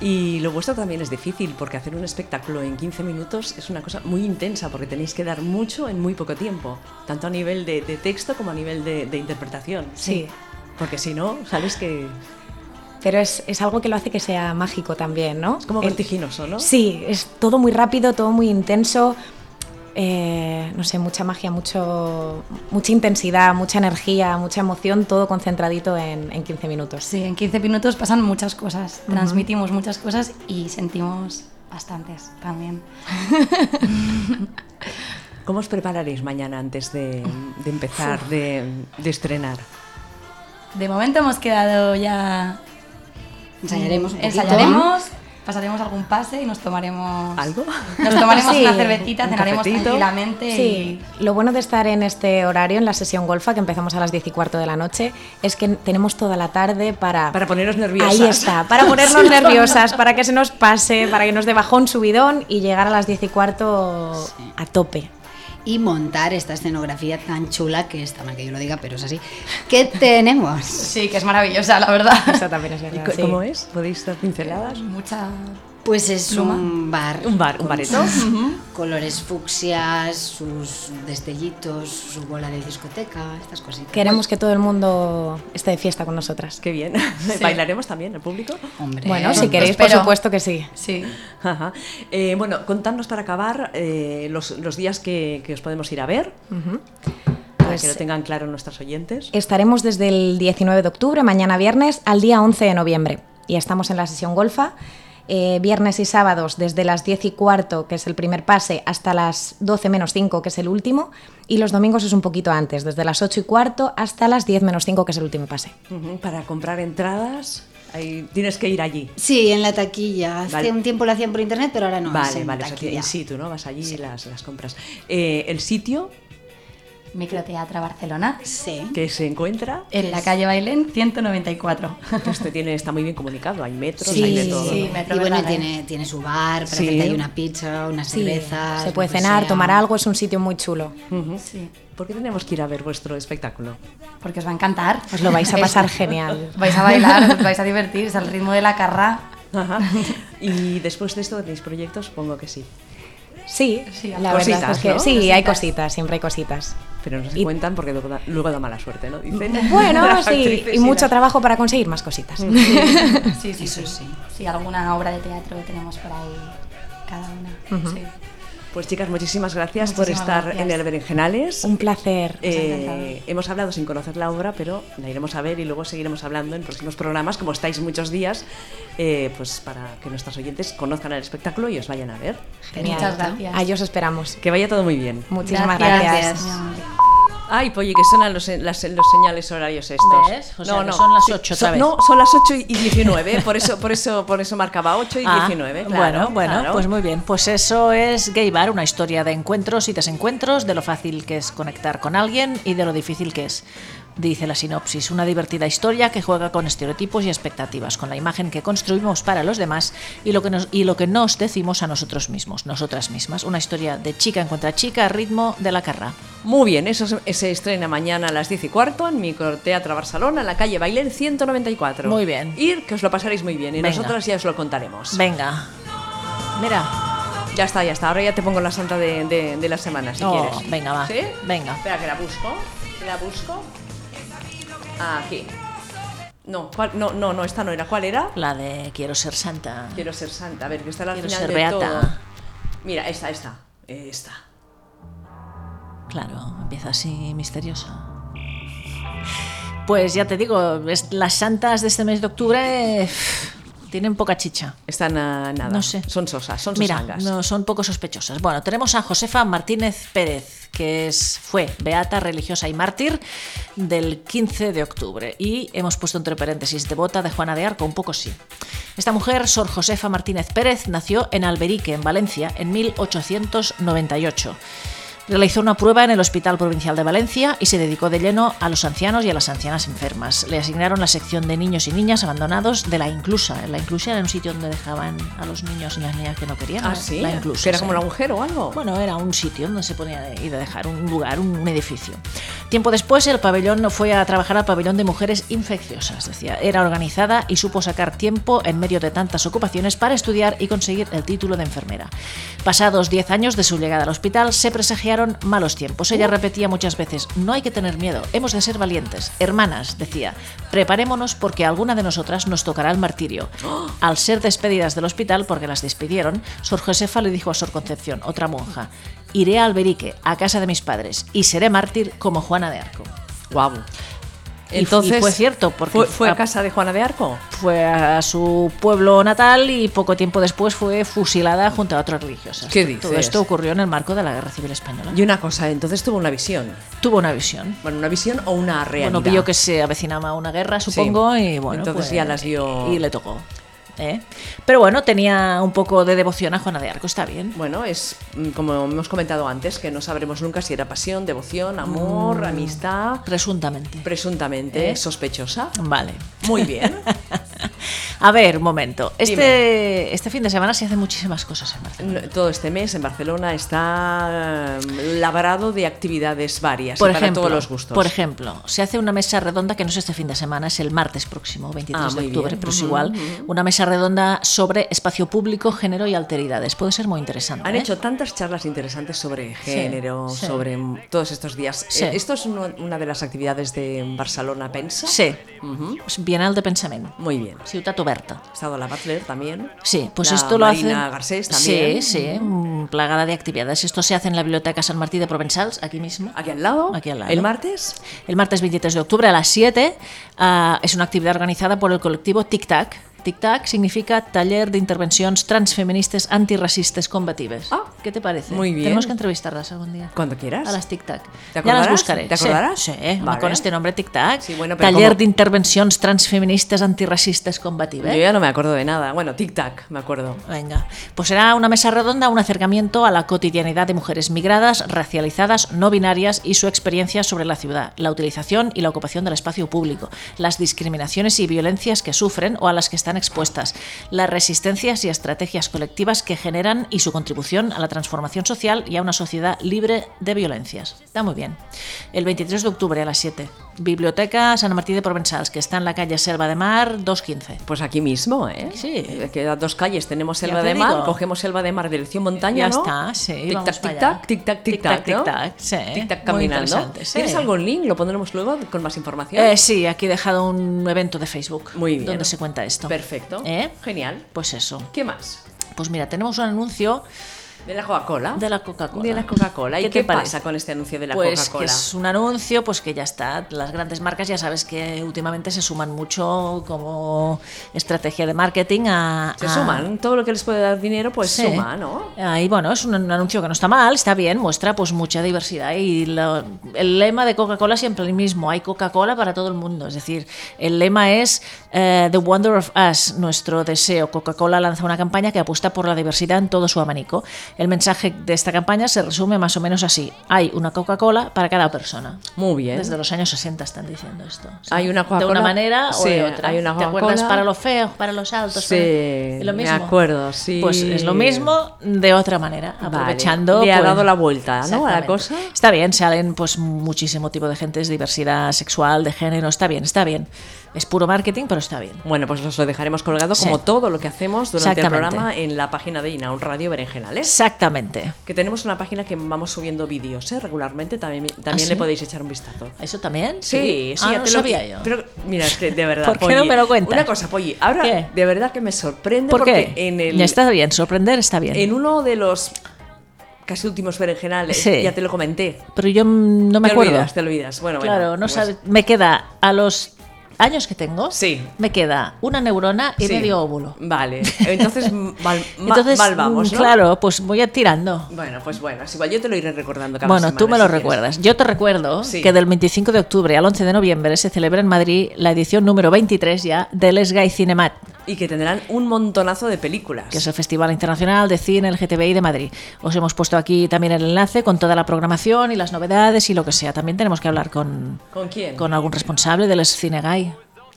Speaker 1: Y lo vuestro también es difícil, porque hacer un espectáculo en 15 minutos es una cosa muy intensa, porque tenéis que dar mucho en muy poco tiempo, tanto a nivel de, de texto como a nivel de, de interpretación.
Speaker 7: Sí.
Speaker 1: Porque si no, sabes que
Speaker 7: Pero es, es algo que lo hace que sea mágico también, ¿no?
Speaker 1: es como
Speaker 7: El-
Speaker 1: vertiginoso, ¿no?
Speaker 7: Sí, es todo muy rápido, todo muy intenso. eh, no sé, mucha magia, mucho, mucha intensidad, mucha energía, mucha emoción, todo concentradito en, en 15 minutos.
Speaker 6: Sí, en 15 minutos pasan muchas cosas. Transmitimos muchas cosas y sentimos bastantes también.
Speaker 1: ¿Cómo os prepararéis mañana antes de, de empezar, de, de estrenar?
Speaker 6: De momento hemos quedado ya.
Speaker 5: Ensayaremos un poquito.
Speaker 6: Ensayaremos, pasaremos algún pase y nos tomaremos.
Speaker 1: ¿Algo?
Speaker 6: Nos tomaremos
Speaker 7: Sí,
Speaker 6: una cervecita,
Speaker 1: un
Speaker 6: cenaremos
Speaker 1: cafetito.
Speaker 6: tranquilamente
Speaker 7: Sí, lo bueno de estar en este horario, en la sesión golfa, que empezamos a las 10 y cuarto de la noche, es que tenemos toda la tarde para...
Speaker 1: Para poneros nerviosas.
Speaker 7: Ahí está, para ponernos nerviosas, para que se nos pase, para que nos dé bajón subidón y llegar a las 10 y cuarto a tope.
Speaker 5: y montar esta escenografía tan chula que está mal que yo lo diga, pero es así. ¿Qué tenemos?
Speaker 6: y. Sí, que es maravillosa, la verdad.
Speaker 7: Eso también es
Speaker 1: ¿Y
Speaker 7: verdad.
Speaker 1: co-
Speaker 7: sí.
Speaker 1: ¿Cómo es? ¿Podéis dar pinceladas?
Speaker 6: Mucha.
Speaker 5: Pues es
Speaker 6: Pluma.
Speaker 5: un bar.
Speaker 1: Un bar, un
Speaker 5: con
Speaker 1: bareto.
Speaker 5: sus Colores fucsias, sus destellitos, su bola de discoteca, estas cositas.
Speaker 7: Queremos que todo el mundo esté de fiesta con nosotras. Eh,
Speaker 1: Qué bien. ¿Bailaremos también el público?
Speaker 5: Hombre,
Speaker 7: Bueno, si queréis, por
Speaker 6: espero.
Speaker 7: supuesto que sí.
Speaker 6: Sí.
Speaker 1: Ajá. Eh, bueno, contadnos para acabar eh, los, los días que, que os podemos ir a ver, para que lo
Speaker 7: Pues
Speaker 1: tengan claro nuestros oyentes.
Speaker 7: estaremos desde el 19 de octubre, mañana viernes, al día 11 de noviembre. Y estamos en la sesión golfa. eh, viernes y sábados desde las 10 y cuarto, que es el primer pase, hasta las 12 menos 5, que es el último. Y los domingos es un poquito antes, desde las 8 y cuarto hasta las 10 menos 5, que es el último pase.
Speaker 1: eh, Ujú, Para comprar entradas, ahí tienes que ir allí.
Speaker 5: Sí, en la taquilla. Hace
Speaker 1: Vale.
Speaker 5: un tiempo lo hacían por internet, pero ahora no. es
Speaker 1: vale,
Speaker 5: en
Speaker 1: vale, o sea, que
Speaker 5: taquilla.
Speaker 1: in situ, ¿no? Vas allí y las, las compras. Eh, el sitio
Speaker 6: Microteatra Barcelona.
Speaker 5: Sí.
Speaker 1: que se encuentra,
Speaker 6: En la calle Bailén 194.
Speaker 1: este tiene, está muy bien comunicado, hay metros,
Speaker 5: Sí,
Speaker 1: hay de todo.
Speaker 6: sí.
Speaker 1: ¿no?
Speaker 6: Metro
Speaker 5: y bueno,
Speaker 6: Berlanga,
Speaker 5: tiene, tiene su bar para
Speaker 1: Sí.
Speaker 5: hacerte ahí una pizza, unas
Speaker 7: Sí,
Speaker 5: cervezas.
Speaker 7: se
Speaker 5: lo
Speaker 7: puede
Speaker 5: que
Speaker 7: cenar,
Speaker 5: sea.
Speaker 7: tomar algo, es un sitio muy chulo.
Speaker 1: Ujú.
Speaker 6: Sí.
Speaker 1: ¿Por qué tenemos que ir a ver vuestro espectáculo?
Speaker 6: Porque os va a encantar.
Speaker 7: Os lo vais a
Speaker 6: Es-
Speaker 7: pasar genial.
Speaker 6: Vais a bailar, os vais a divertir, es al ritmo de la carra.
Speaker 1: Ajá. Y después de esto, ¿tenéis proyectos? Supongo que sí.
Speaker 7: Sí,
Speaker 6: Sí,
Speaker 7: la verdad
Speaker 1: cositas,
Speaker 7: es que
Speaker 1: ¿no?
Speaker 7: sí, hay
Speaker 6: Cositas.
Speaker 7: cositas, siempre hay cositas.
Speaker 1: Pero no se
Speaker 7: Y-
Speaker 1: cuentan porque luego da, luego da mala suerte, ¿no? Dicen.
Speaker 7: Bueno,
Speaker 1: Las
Speaker 7: sí,
Speaker 1: actrices
Speaker 7: y mucho
Speaker 1: las-
Speaker 7: trabajo para conseguir más cositas.
Speaker 6: Mm. Sí, sí,
Speaker 5: Eso
Speaker 6: sí.
Speaker 5: sí.
Speaker 6: Sí, alguna obra de teatro tenemos por ahí, cada una. sí.
Speaker 1: Pues chicas, muchísimas gracias por
Speaker 6: Muchísimas
Speaker 1: estar
Speaker 6: gracias.
Speaker 1: en el Berenjenales.
Speaker 7: Un placer.
Speaker 1: Eh, hemos hablado sin conocer la obra, pero la iremos a ver y luego seguiremos hablando en próximos programas, como estáis muchos días, eh, pues para que nuestros oyentes conozcan el espectáculo y os vayan a ver.
Speaker 7: Genial.
Speaker 6: Muchas gracias.
Speaker 7: Ahí os esperamos.
Speaker 1: Que vaya todo muy bien.
Speaker 7: Muchísimas
Speaker 6: Gracias.
Speaker 7: gracias.
Speaker 6: Mi amor.
Speaker 1: Ay, oye, que sonan los, las- los señales horarios estos.
Speaker 2: ¿Ves? O sea, que son las
Speaker 1: Sí,
Speaker 2: ocho
Speaker 1: son-
Speaker 2: otra vez.
Speaker 1: No, son las 8 y 19, por eso, por eso, por eso marcaba 8 y
Speaker 2: Ah,
Speaker 1: 19.
Speaker 2: bueno,
Speaker 1: claro,
Speaker 2: bueno,
Speaker 1: claro.
Speaker 2: pues muy bien. Pues eso es Gay Bar, una historia de encuentros y desencuentros, de lo fácil que es conectar con alguien y de lo difícil que es. Dice la sinopsis, una divertida historia que juega con estereotipos y expectativas, con la imagen que construimos para los demás y lo que nos, y lo que nos decimos a nosotros mismos, nosotras mismas. Una historia de chica en contra chica, a ritmo de la carrera.
Speaker 1: Muy bien, eso se, se estrena mañana a las 10 y cuarto en Microteatro Barcelona, en la calle Bailén 194.
Speaker 2: Muy bien.
Speaker 1: Ir, que os lo pasaréis muy bien y
Speaker 2: Venga.
Speaker 1: nosotras ya os lo contaremos.
Speaker 2: Venga. Mira.
Speaker 1: Ya está, ya está. Ahora ya te pongo la santa de, de- de la semana, si
Speaker 2: Oh,
Speaker 1: quieres.
Speaker 2: venga, va.
Speaker 1: ¿Sí?
Speaker 2: Venga.
Speaker 1: Espera, que la busco. La busco. Aquí. No, ¿cuál? no, no, no, esta no era. ¿Cuál era?
Speaker 2: La de Quiero ser santa.
Speaker 1: Quiero ser santa. A ver, que está la
Speaker 2: Quiero
Speaker 1: final
Speaker 2: ser
Speaker 1: de
Speaker 2: beata.
Speaker 1: todo. Mira, esta, esta. Esta.
Speaker 2: Claro, empieza así misteriosa. Pues ya te digo, es- las santas de este mes de octubre eh, tienen poca chicha.
Speaker 1: Están a nada.
Speaker 2: No sé.
Speaker 1: Son sosas, son
Speaker 2: Mira,
Speaker 1: sosangas.
Speaker 2: no, son poco sospechosas. Bueno, tenemos a Josefa Martínez Pérez, que es, fue beata, religiosa y mártir del 15 de octubre. Y hemos puesto entre paréntesis devota de Juana de Arco, un poco sí. Esta mujer, Sor Josefa Martínez Pérez, nació en Alberique, en Valencia, en 1898. Realizó una prueba en el Hospital Provincial de Valencia y se dedicó de lleno a los ancianos y a las ancianas enfermas. Le asignaron la sección de niños y niñas abandonados de la inclusa. La inclusa era un sitio donde dejaban a los niños y las niñas que no querían.
Speaker 1: Ah,
Speaker 2: ¿no?
Speaker 1: sí.
Speaker 2: La inclusa.
Speaker 1: Que era
Speaker 2: sí.
Speaker 1: como un agujero o algo.
Speaker 2: Bueno, era un sitio donde se ponía de ir a dejar un lugar, un, un edificio. Tiempo después, el pabellón fue a trabajar al pabellón de mujeres infecciosas. Decía, era organizada y supo sacar tiempo en medio de tantas ocupaciones para estudiar y conseguir el título de enfermera. Pasados 10 años de su llegada al hospital, se presagiaron malos tiempos. Pues Ella repetía muchas veces: No hay que tener miedo, hemos de ser valientes. Hermanas, decía, preparémonos porque alguna de nosotras nos tocará el martirio. Al ser despedidas del hospital, porque las despidieron, Sor Josefa le dijo a Sor Concepción, otra monja, iré a Alberique, a casa de mis padres, y seré mártir como Juana de Arco.
Speaker 1: Guau.
Speaker 2: Y- y fue cierto, porque
Speaker 1: ¿Fue, fue
Speaker 2: a-
Speaker 1: a casa de Juana de Arco?
Speaker 2: Fue a su pueblo natal y poco tiempo después fue fusilada junto a otras religiosas.
Speaker 1: ¿Qué
Speaker 2: Todo
Speaker 1: dices?
Speaker 2: esto ocurrió en el marco de la Guerra Civil Española.
Speaker 1: Y una cosa, entonces tuvo una visión.
Speaker 2: Tuvo una visión.
Speaker 1: Bueno, una visión o una realidad.
Speaker 2: Bueno, vio que se avecinaba una guerra, supongo, y bueno.
Speaker 1: Entonces
Speaker 2: pues,
Speaker 1: ya las dio-
Speaker 2: Y le tocó. ¿eh? Pero bueno, tenía un poco de devoción a Juana de Arco, está bien.
Speaker 1: Bueno, es mm, como hemos comentado antes, que no sabremos nunca si era pasión, devoción, amor, amistad,
Speaker 2: Presuntamente.
Speaker 1: presuntamente
Speaker 2: ¿Eh?
Speaker 1: sospechosa.
Speaker 2: Vale.
Speaker 1: Muy bien.
Speaker 2: A ver, un momento.
Speaker 1: Dime.
Speaker 2: Este, este fin de semana se hacen muchísimas cosas en Barcelona.
Speaker 1: No, Todo este mes en Barcelona está mm, labrado de actividades varias y para todos los gustos.
Speaker 2: Por ejemplo, se hace una mesa redonda que no es este fin de semana, es el martes próximo, 23
Speaker 1: Ah,
Speaker 2: de
Speaker 1: muy
Speaker 2: octubre,
Speaker 1: bien.
Speaker 2: pero es
Speaker 1: Ujú,
Speaker 2: igual. Una mesa redonda sobre espacio público, género y alteridades. Puede ser muy interesante.
Speaker 1: Han
Speaker 2: ¿eh?
Speaker 1: hecho tantas charlas interesantes sobre género,
Speaker 2: sí.
Speaker 1: sobre mm, todos estos días.
Speaker 2: Sí.
Speaker 1: Eh, Esto es uno- una de las actividades de Barcelona, pensa.
Speaker 2: Sí. Es Bienal de Pensamiento.
Speaker 1: Muy bien.
Speaker 2: Ciutat Oberta.
Speaker 1: Ha estado la Butler también.
Speaker 2: Sí, pues
Speaker 1: La
Speaker 2: esto lo hace.
Speaker 1: Marina Garcés también.
Speaker 2: Sí, sí, mm, plagada de actividades. Esto se hace en la Biblioteca San Martí de Provençals, aquí mismo.
Speaker 1: Aquí al lado.
Speaker 2: Aquí al lado.
Speaker 1: El martes.
Speaker 2: El martes 23 de octubre a las 7 ah, es una actividad organizada por el colectivo Tic Tac. Tic Tac significa Taller de Intervencions Transfeministes Antirracistes Combatives.
Speaker 1: Ah,
Speaker 2: ¿Qué te parece?
Speaker 1: muy bien.
Speaker 2: Tenemos que entrevistarlas algún día.
Speaker 1: Cuando quieras.
Speaker 2: A las Tic Tac.
Speaker 1: ¿Te
Speaker 2: ya las
Speaker 1: acordarás?
Speaker 2: buscaré.
Speaker 1: ¿Te acordarás?
Speaker 2: Sí, sí,
Speaker 1: Vale.
Speaker 2: con este nombre Tic Tac.
Speaker 1: Sí, bueno, pero
Speaker 2: Taller
Speaker 1: como-
Speaker 2: de Intervencions Transfeministes Antirracistes Combatives.
Speaker 1: Yo ya no me acuerdo de nada. Bueno, tic-tac, me acuerdo.
Speaker 2: Venga, pues será una mesa redonda, un acercamiento a la cotidianidad de mujeres migradas, racializadas, no binarias y su experiencia sobre la ciudad, la utilización y la ocupación del espacio público, las discriminaciones y violencias que sufren o a las que están expuestas, las resistencias y estrategias colectivas que generan y su contribución a la transformación social y a una sociedad libre de violencias. Está muy bien. El 23 de octubre a las 7, Biblioteca San Martí de Provençals, que está en la calle Selva de Mar 215.
Speaker 1: Pues aquí mismo, ¿eh?
Speaker 2: Sí.
Speaker 1: Eh, Queda dos calles. Tenemos
Speaker 2: Ya
Speaker 1: Selva
Speaker 2: te
Speaker 1: de Mar,
Speaker 2: digo.
Speaker 1: cogemos Selva de Mar, dirección montaña,
Speaker 2: Ya
Speaker 1: ¿no?
Speaker 2: está, sí, vamos
Speaker 1: Tic-tac,
Speaker 2: para allá.
Speaker 1: tic-tac, tic-tac, tic-tac,
Speaker 2: Tic-tac,
Speaker 1: ¿no?
Speaker 2: tic-tac, sí.
Speaker 1: Tic-tac
Speaker 2: Muy
Speaker 1: caminando.
Speaker 2: interesante, sí.
Speaker 1: ¿Tienes algún link? Lo pondremos luego con más información.
Speaker 2: Eh, sí, aquí he dejado un evento de Facebook
Speaker 1: Muy bien.
Speaker 2: donde se cuenta esto.
Speaker 1: Perfecto.
Speaker 2: ¿Eh?
Speaker 1: Genial.
Speaker 2: Pues eso.
Speaker 1: ¿Qué más?
Speaker 2: Pues mira, tenemos un anuncio
Speaker 1: De la Coca-Cola.
Speaker 2: De la Coca-Cola.
Speaker 1: De la Coca-Cola. ¿Y
Speaker 2: ¿Qué
Speaker 1: qué,
Speaker 2: te parece?
Speaker 1: pasa con este anuncio de la
Speaker 2: Pues que
Speaker 1: Coca-Cola?
Speaker 2: es un anuncio, pues que ya está. Las grandes marcas ya sabes que últimamente se suman mucho como estrategia de marketing a...
Speaker 1: Se
Speaker 2: a-
Speaker 1: suman, todo lo que les puede dar dinero, pues
Speaker 2: Ah. Sí.
Speaker 1: suma, ¿no?
Speaker 2: Ahí, bueno, es un, un anuncio que no está mal, está bien, muestra pues mucha diversidad. Y lo- el lema de Coca-Cola siempre el mismo, hay Coca-Cola para todo el mundo. Es decir, el lema es eh, The Wonder of Us, nuestro deseo. Coca-Cola lanza una campaña que apuesta por la diversidad en todo su abanico. El mensaje de esta campaña se resume más o menos así. Hay una Coca-Cola para cada persona.
Speaker 1: Muy bien.
Speaker 2: Desde los años 60 están diciendo esto. Sí.
Speaker 1: Hay una
Speaker 2: De una
Speaker 1: Coca-Cola-
Speaker 2: manera o
Speaker 1: sí,
Speaker 2: de otra.
Speaker 1: hay una
Speaker 2: ¿Te acuerdas
Speaker 1: Coca-Cola-
Speaker 2: para los feos, para los altos?
Speaker 1: Sí,
Speaker 2: para- lo
Speaker 1: me
Speaker 2: mismo.
Speaker 1: acuerdo, sí.
Speaker 2: Pues es lo mismo de otra manera,
Speaker 1: Vale.
Speaker 2: aprovechando.
Speaker 1: Le ha
Speaker 2: pues,
Speaker 1: dado la vuelta, ¿no? a la
Speaker 2: exactamente.
Speaker 1: cosa.
Speaker 2: Está bien, salen pues muchísimo tipo de gentes, diversidad sexual, de género, está bien, está bien. Es puro marketing, pero está bien.
Speaker 1: Bueno, pues os lo dejaremos colgado
Speaker 2: Sí.
Speaker 1: como todo lo que hacemos durante el
Speaker 2: Exactamente.
Speaker 1: programa en la página de Inaun Radio Berenjenales.
Speaker 2: Exactamente.
Speaker 1: Que tenemos una página que vamos subiendo vídeos ¿eh? regularmente, también, también
Speaker 2: Ah, sí?
Speaker 1: le podéis echar un vistazo.
Speaker 2: ¿Eso también?
Speaker 1: Sí, sí,
Speaker 2: Ah,
Speaker 1: ya
Speaker 2: no
Speaker 1: te lo
Speaker 2: sabía yo.
Speaker 1: Pero mira, es que de verdad.
Speaker 2: ¿Por qué no
Speaker 1: Polly,
Speaker 2: me lo cuentas?
Speaker 1: Una cosa, Polly, ahora
Speaker 2: ¿Qué?
Speaker 1: de verdad que me sorprende
Speaker 2: ¿Por qué?
Speaker 1: porque en el
Speaker 2: Ya está bien, sorprender está bien.
Speaker 1: en uno de los casi últimos berenjenales,
Speaker 2: Sí.
Speaker 1: ya te lo comenté.
Speaker 2: Pero yo mm, no me
Speaker 1: te
Speaker 2: acuerdo.
Speaker 1: olvidas, te olvidas. Bueno, bueno,
Speaker 2: claro, no
Speaker 1: pues-
Speaker 2: sabes. Me queda a los años que tengo.
Speaker 1: Sí.
Speaker 2: Me queda una neurona y
Speaker 1: Sí.
Speaker 2: medio óvulo.
Speaker 1: Vale, entonces mal, ma-
Speaker 2: Entonces,
Speaker 1: mal vamos,
Speaker 2: mm,
Speaker 1: ¿no?
Speaker 2: claro, pues voy a tirando.
Speaker 1: Bueno, pues bueno, es igual yo te lo iré recordando cada
Speaker 2: Bueno,
Speaker 1: semana,
Speaker 2: tú me lo
Speaker 1: si quieres.
Speaker 2: recuerdas. Yo te recuerdo
Speaker 1: Sí.
Speaker 2: que del 25 de octubre al 11 de noviembre se celebra en Madrid la edición número 23 ya del Esgai Cinemat,
Speaker 1: Y que tendrán un montonazo de películas.
Speaker 2: que es el Festival Internacional de Cine LGTBI de Madrid. Os hemos puesto aquí también el enlace con toda la programación y las novedades y lo que sea. También tenemos que hablar con,
Speaker 1: ¿Con quién?
Speaker 2: con algún responsable del Cinegai.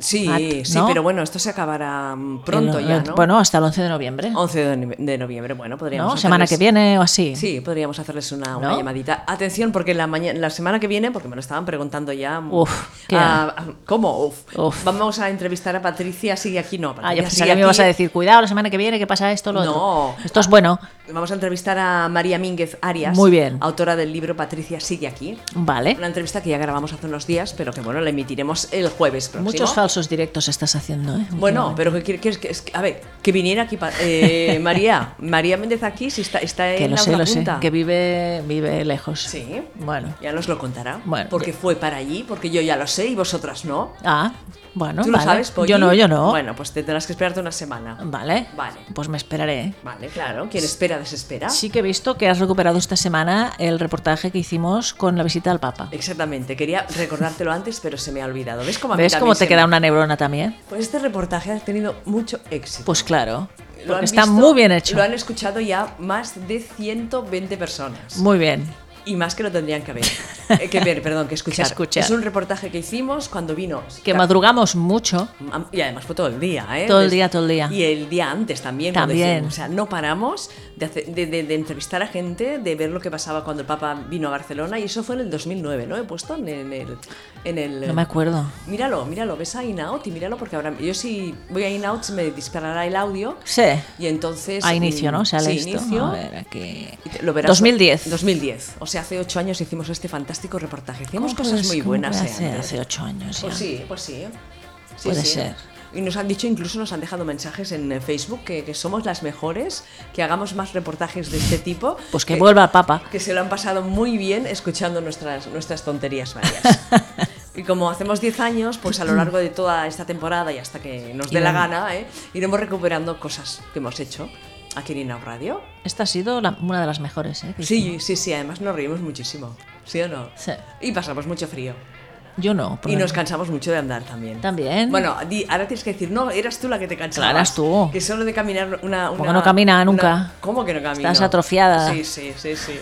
Speaker 1: Sí,
Speaker 2: At-
Speaker 1: sí,
Speaker 2: ¿no?
Speaker 1: pero bueno, esto se acabará mm, pronto
Speaker 2: El-
Speaker 1: ya,
Speaker 2: el-
Speaker 1: ¿no?
Speaker 2: Bueno, hasta el 11 de noviembre.
Speaker 1: 11 de noviembre- de noviembre, bueno, podríamos
Speaker 2: ¿no? Semana que
Speaker 1: hacerles-
Speaker 2: viene o así.
Speaker 1: Sí, podríamos hacerles una, una
Speaker 2: ¿No?
Speaker 1: llamadita. Atención, porque la, maña- la semana que viene, porque me lo estaban preguntando ya.
Speaker 2: Uf, ¿qué?
Speaker 1: ah, ah, ¿Cómo? Uf.
Speaker 2: Uf.
Speaker 1: Vamos a entrevistar a Patricia, sigue aquí, no.
Speaker 2: Ah,
Speaker 1: Patricia sigue
Speaker 2: yo pensaba que me
Speaker 1: aquí.
Speaker 2: ibas a decir, cuidado, la semana que viene, que pasa esto, lo otro.
Speaker 1: No.
Speaker 2: Esto es bueno.
Speaker 1: Vamos a entrevistar a María Mínguez Arias.
Speaker 2: Muy bien.
Speaker 1: Autora del libro Patricia sigue aquí.
Speaker 2: Vale.
Speaker 1: Una entrevista que ya grabamos hace unos días, pero que bueno, la emitiremos el jueves próximo.
Speaker 2: Muchos falsos directos estás haciendo, ¿eh?
Speaker 1: Bueno,
Speaker 2: últimamente.
Speaker 1: pero que, quiere- que es que- es que- a ver, que viniera aquí pa- eh, María, María Méndez aquí, si está, está
Speaker 2: Que
Speaker 1: en
Speaker 2: lo
Speaker 1: la
Speaker 2: sé,
Speaker 1: otra
Speaker 2: lo sé.
Speaker 1: punta.
Speaker 2: Que vive, vive lejos.
Speaker 1: Sí.
Speaker 2: Bueno.
Speaker 1: Ya nos lo contará.
Speaker 2: Bueno,
Speaker 1: porque fue para allí, porque yo ya lo sé y vosotras no.
Speaker 2: Ah, bueno.
Speaker 1: ¿Tú
Speaker 2: vale.
Speaker 1: lo sabes, Polly?
Speaker 2: Yo no, yo no.
Speaker 1: Bueno, pues te tendrás que esperarte una semana.
Speaker 2: Vale.
Speaker 1: Vale.
Speaker 2: Pues me esperaré.
Speaker 1: Vale, claro. Quien espera, desespera.
Speaker 2: Sí que he visto que has recuperado esta semana el reportaje que hicimos con la visita al Papa.
Speaker 1: Exactamente. Quería recordártelo antes, pero se me ha olvidado. ¿Ves cómo, a mí
Speaker 2: ¿Ves
Speaker 1: también
Speaker 2: cómo te
Speaker 1: se
Speaker 2: queda
Speaker 1: me-
Speaker 2: una neurona también?
Speaker 1: Pues este reportaje ha tenido mucho éxito.
Speaker 2: Pues claro.
Speaker 1: Lo
Speaker 2: Porque
Speaker 1: han
Speaker 2: está
Speaker 1: visto,
Speaker 2: muy bien hecho.
Speaker 1: Lo han escuchado ya más de 120 personas.
Speaker 2: Muy bien.
Speaker 1: Y más que lo tendrían que ver. Eh, que ver, perdón, que escuchar.
Speaker 2: Que escuchar.
Speaker 1: Es un reportaje que hicimos cuando vino.
Speaker 2: Que madrugamos mucho.
Speaker 1: Y además fue todo el día, ¿eh?
Speaker 2: Todo el
Speaker 1: Desde-
Speaker 2: día, todo el día.
Speaker 1: Y el día antes también. cuando
Speaker 2: También.
Speaker 1: hicimos. o sea, no paramos de, hacer- de- de- de entrevistar a gente, de ver lo que pasaba cuando el Papa vino a Barcelona. Y eso fue en el 2009, ¿no? He puesto en el. en el- en el-
Speaker 2: No me acuerdo.
Speaker 1: Míralo, míralo, ves a Inaut y míralo porque ahora yo si voy a Inaut se me disparará el audio
Speaker 2: Sí.
Speaker 1: y entonces...
Speaker 2: A
Speaker 1: mm,
Speaker 2: inicio, ¿no? Sale
Speaker 1: sí,
Speaker 2: esto.
Speaker 1: inicio.
Speaker 2: A ver, aquí.
Speaker 1: Y te- lo verás-
Speaker 2: 2010.
Speaker 1: 2010. O sea, hace ocho años hicimos este fantástico reportaje. Hacíamos
Speaker 2: ¿Cómo
Speaker 1: cosas
Speaker 2: puedes-
Speaker 1: muy
Speaker 2: cómo
Speaker 1: buenas.
Speaker 2: puede
Speaker 1: eh,
Speaker 2: ser?
Speaker 1: antes.
Speaker 2: hace ocho años.
Speaker 1: Pues
Speaker 2: ya?
Speaker 1: sí, pues sí. Sí,
Speaker 2: Puede
Speaker 1: sí.
Speaker 2: ser.
Speaker 1: Y nos han dicho, incluso nos han dejado mensajes en eh, Facebook que, que somos las mejores, que hagamos más reportajes de este tipo.
Speaker 2: Pues que vuelva el Papa.
Speaker 1: Que se lo han pasado muy bien escuchando nuestras, nuestras tonterías varias. Y como hacemos 10 años, pues a lo largo de toda esta temporada y hasta que nos dé la
Speaker 2: Iremos-
Speaker 1: gana, ¿eh? iremos recuperando cosas que hemos hecho aquí en Inau Radio.
Speaker 2: Esta ha sido la- una de las mejores, ¿eh? que
Speaker 1: Sí, sí, sí, además nos reímos muchísimo, ¿sí o no?
Speaker 2: Sí.
Speaker 1: Y pasamos mucho frío.
Speaker 2: hicimos. Yo no. por
Speaker 1: Y
Speaker 2: lo
Speaker 1: nos
Speaker 2: menos.
Speaker 1: cansamos mucho de andar también.
Speaker 2: También.
Speaker 1: Bueno, di- ahora tienes que decir, no, eras tú la que te cansabas.
Speaker 2: Claro, eras tú.
Speaker 1: Que solo de caminar una...
Speaker 2: Porque
Speaker 1: una-
Speaker 2: no camina
Speaker 1: una-
Speaker 2: nunca.
Speaker 1: ¿Cómo que no camina?
Speaker 2: Estás atrofiada.
Speaker 1: Sí, sí, sí, sí.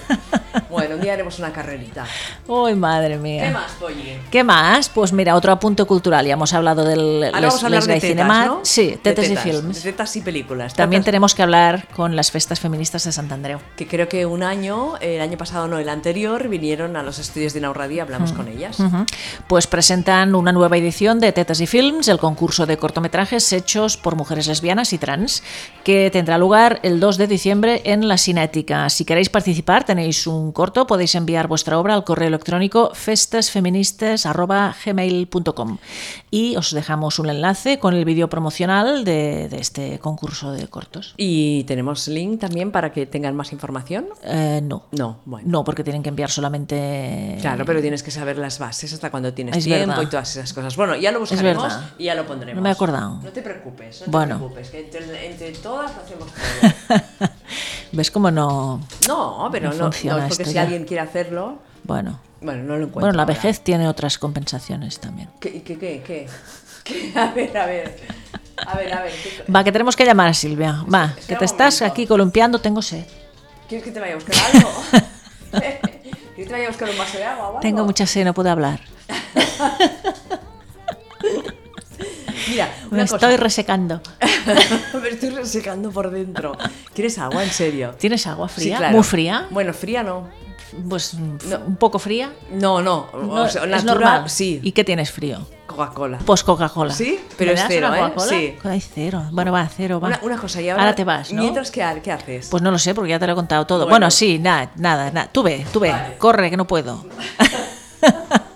Speaker 1: bueno, un día haremos una carrerita.
Speaker 2: Uy, madre mía.
Speaker 1: ¿Qué más, Polly?
Speaker 2: ¿Qué más? Pues mira, otro apunte cultural. Ya hemos hablado del
Speaker 1: Ahora
Speaker 2: Les-
Speaker 1: vamos a hablar
Speaker 2: Les
Speaker 1: de
Speaker 2: Gay
Speaker 1: tetas,
Speaker 2: Cinema.
Speaker 1: ¿no?
Speaker 2: Sí,
Speaker 1: De
Speaker 2: tetas, y films.
Speaker 1: de tetas y películas.
Speaker 2: También
Speaker 1: Tetas-
Speaker 2: tenemos que hablar con las festas feministas de Sant Andreu.
Speaker 1: Que creo que un año, el año pasado no, el anterior, vinieron a los estudios de Inaurradi y hablamos con ellas.
Speaker 2: Ujú. Pues presentan una nueva edición de Tetas y Films, el concurso de cortometrajes hechos por mujeres lesbianas y trans, que tendrá lugar el 2 de diciembre en la Cinética. Si queréis participar, tenéis un un corto, podéis enviar vuestra obra al correo electrónico festasfeministas.gmail.com y os dejamos un enlace con el vídeo promocional de, de este concurso de cortos.
Speaker 1: Y tenemos link también para que tengan más información.
Speaker 2: Eh, no.
Speaker 1: No, bueno.
Speaker 2: No, porque tienen que enviar solamente...
Speaker 1: Claro, pero tienes que saber las bases hasta cuando tienes
Speaker 2: Es
Speaker 1: tiempo
Speaker 2: verdad.
Speaker 1: y todas esas cosas. Bueno, ya lo buscaremos
Speaker 2: verdad.
Speaker 1: y ya lo pondremos.
Speaker 2: No me he acordado.
Speaker 1: No te preocupes, no
Speaker 2: Bueno.
Speaker 1: te preocupes, que entre, entre todas lo hacemos todo.
Speaker 2: ¿Ves cómo no...?
Speaker 1: No, pero
Speaker 2: No
Speaker 1: no, no,
Speaker 2: funciona
Speaker 1: porque
Speaker 2: esto
Speaker 1: si
Speaker 2: ya.
Speaker 1: alguien quiere hacerlo,
Speaker 2: Bueno.
Speaker 1: bueno, no lo encuentro.
Speaker 2: Bueno, la
Speaker 1: ahora.
Speaker 2: vejez tiene otras compensaciones también.
Speaker 1: ¿Qué, qué, qué, qué? ¿Qué? A ver, a ver. A ver, a ver. ¿qué-
Speaker 2: Va, que tenemos que llamar a Silvia. Va, que
Speaker 1: espera
Speaker 2: te
Speaker 1: un
Speaker 2: estás
Speaker 1: momento.
Speaker 2: aquí columpiando, tengo sed.
Speaker 1: ¿Quieres que te vaya a buscar algo? ¿Quieres que te vaya a buscar un vaso de agua o algo?
Speaker 2: Tengo mucha sed, no puedo hablar.
Speaker 1: Mira,
Speaker 2: Me
Speaker 1: una
Speaker 2: estoy resecando.
Speaker 1: cosa. Me estoy resecando por dentro. ¿Quieres agua, en serio?
Speaker 2: ¿Tienes agua
Speaker 1: Sí,
Speaker 2: fría?
Speaker 1: claro.
Speaker 2: ¿Muy fría?
Speaker 1: Bueno, fría no.
Speaker 2: Pues mm, f-
Speaker 1: No.
Speaker 2: un poco fría.
Speaker 1: No, no.
Speaker 2: No,
Speaker 1: o sea,
Speaker 2: es
Speaker 1: natural,
Speaker 2: normal.
Speaker 1: sí.
Speaker 2: ¿Y qué tienes frío?
Speaker 1: Coca-Cola.
Speaker 2: Pues Coca-Cola.
Speaker 1: Sí, pero
Speaker 2: ¿Me
Speaker 1: es
Speaker 2: das
Speaker 1: cero,
Speaker 2: una
Speaker 1: ¿eh?
Speaker 2: Coca-Cola?
Speaker 1: Sí.
Speaker 2: Ay, cero. Bueno, va, cero, va.
Speaker 1: Una, una cosa, y ahora.
Speaker 2: Ahora te vas, ¿no?
Speaker 1: Mientras, ¿qué, ha- qué haces?
Speaker 2: Pues no lo sé, porque ya te lo he contado todo. Bueno,
Speaker 1: Bueno.
Speaker 2: sí, nada, nada, nada. Tú ve, tú ve. Corre, que no puedo.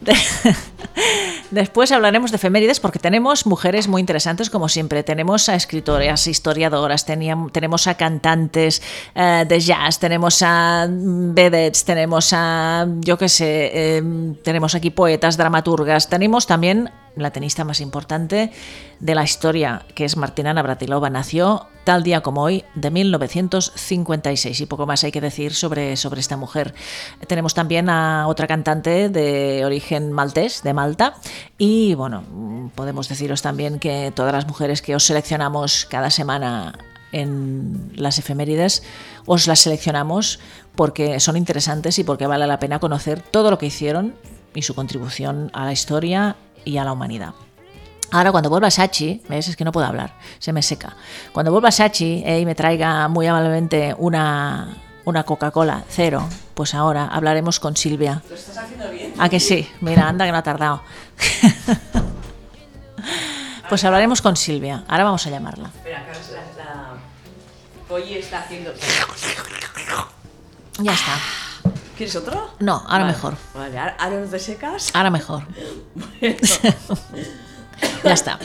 Speaker 2: De- Después hablaremos de efemérides porque tenemos mujeres muy interesantes como siempre. Tenemos a escritoras, historiadoras, teníam- tenemos a cantantes eh, de jazz, tenemos a mm, vedettes, tenemos a, yo qué sé, eh, tenemos aquí poetas, dramaturgas. Tenemos también la tenista más importante de la historia, que es Martina Navratilova. Nació tal día como hoy de 1956 y poco más hay que decir sobre, sobre esta mujer. Tenemos también a otra cantante de origen maltés, de Malta, y bueno, mm, podemos deciros también que todas las mujeres que os seleccionamos cada semana en las efemérides, os las seleccionamos porque son interesantes y porque vale la pena conocer todo lo que hicieron y su contribución a la historia y a la humanidad. Ahora cuando vuelva Sachi, ¿ves? Es que no puedo hablar, se me seca. Cuando vuelva Sachi eh, y me traiga muy amablemente una, una Coca-Cola cero, pues ahora hablaremos con Silvia. Lo estás haciendo bien. ¿A que sí? Mira, anda que no ha tardado. pues hablaremos con Silvia. Ahora vamos a llamarla.
Speaker 1: Espera, Carlos, la, la... Oye, está haciendo.
Speaker 2: Ya está.
Speaker 1: ¿Quieres otro?
Speaker 2: No, ahora
Speaker 1: Vale,
Speaker 2: mejor.
Speaker 1: Vale, ahora ahora no te secas.
Speaker 2: Ahora mejor. ya está.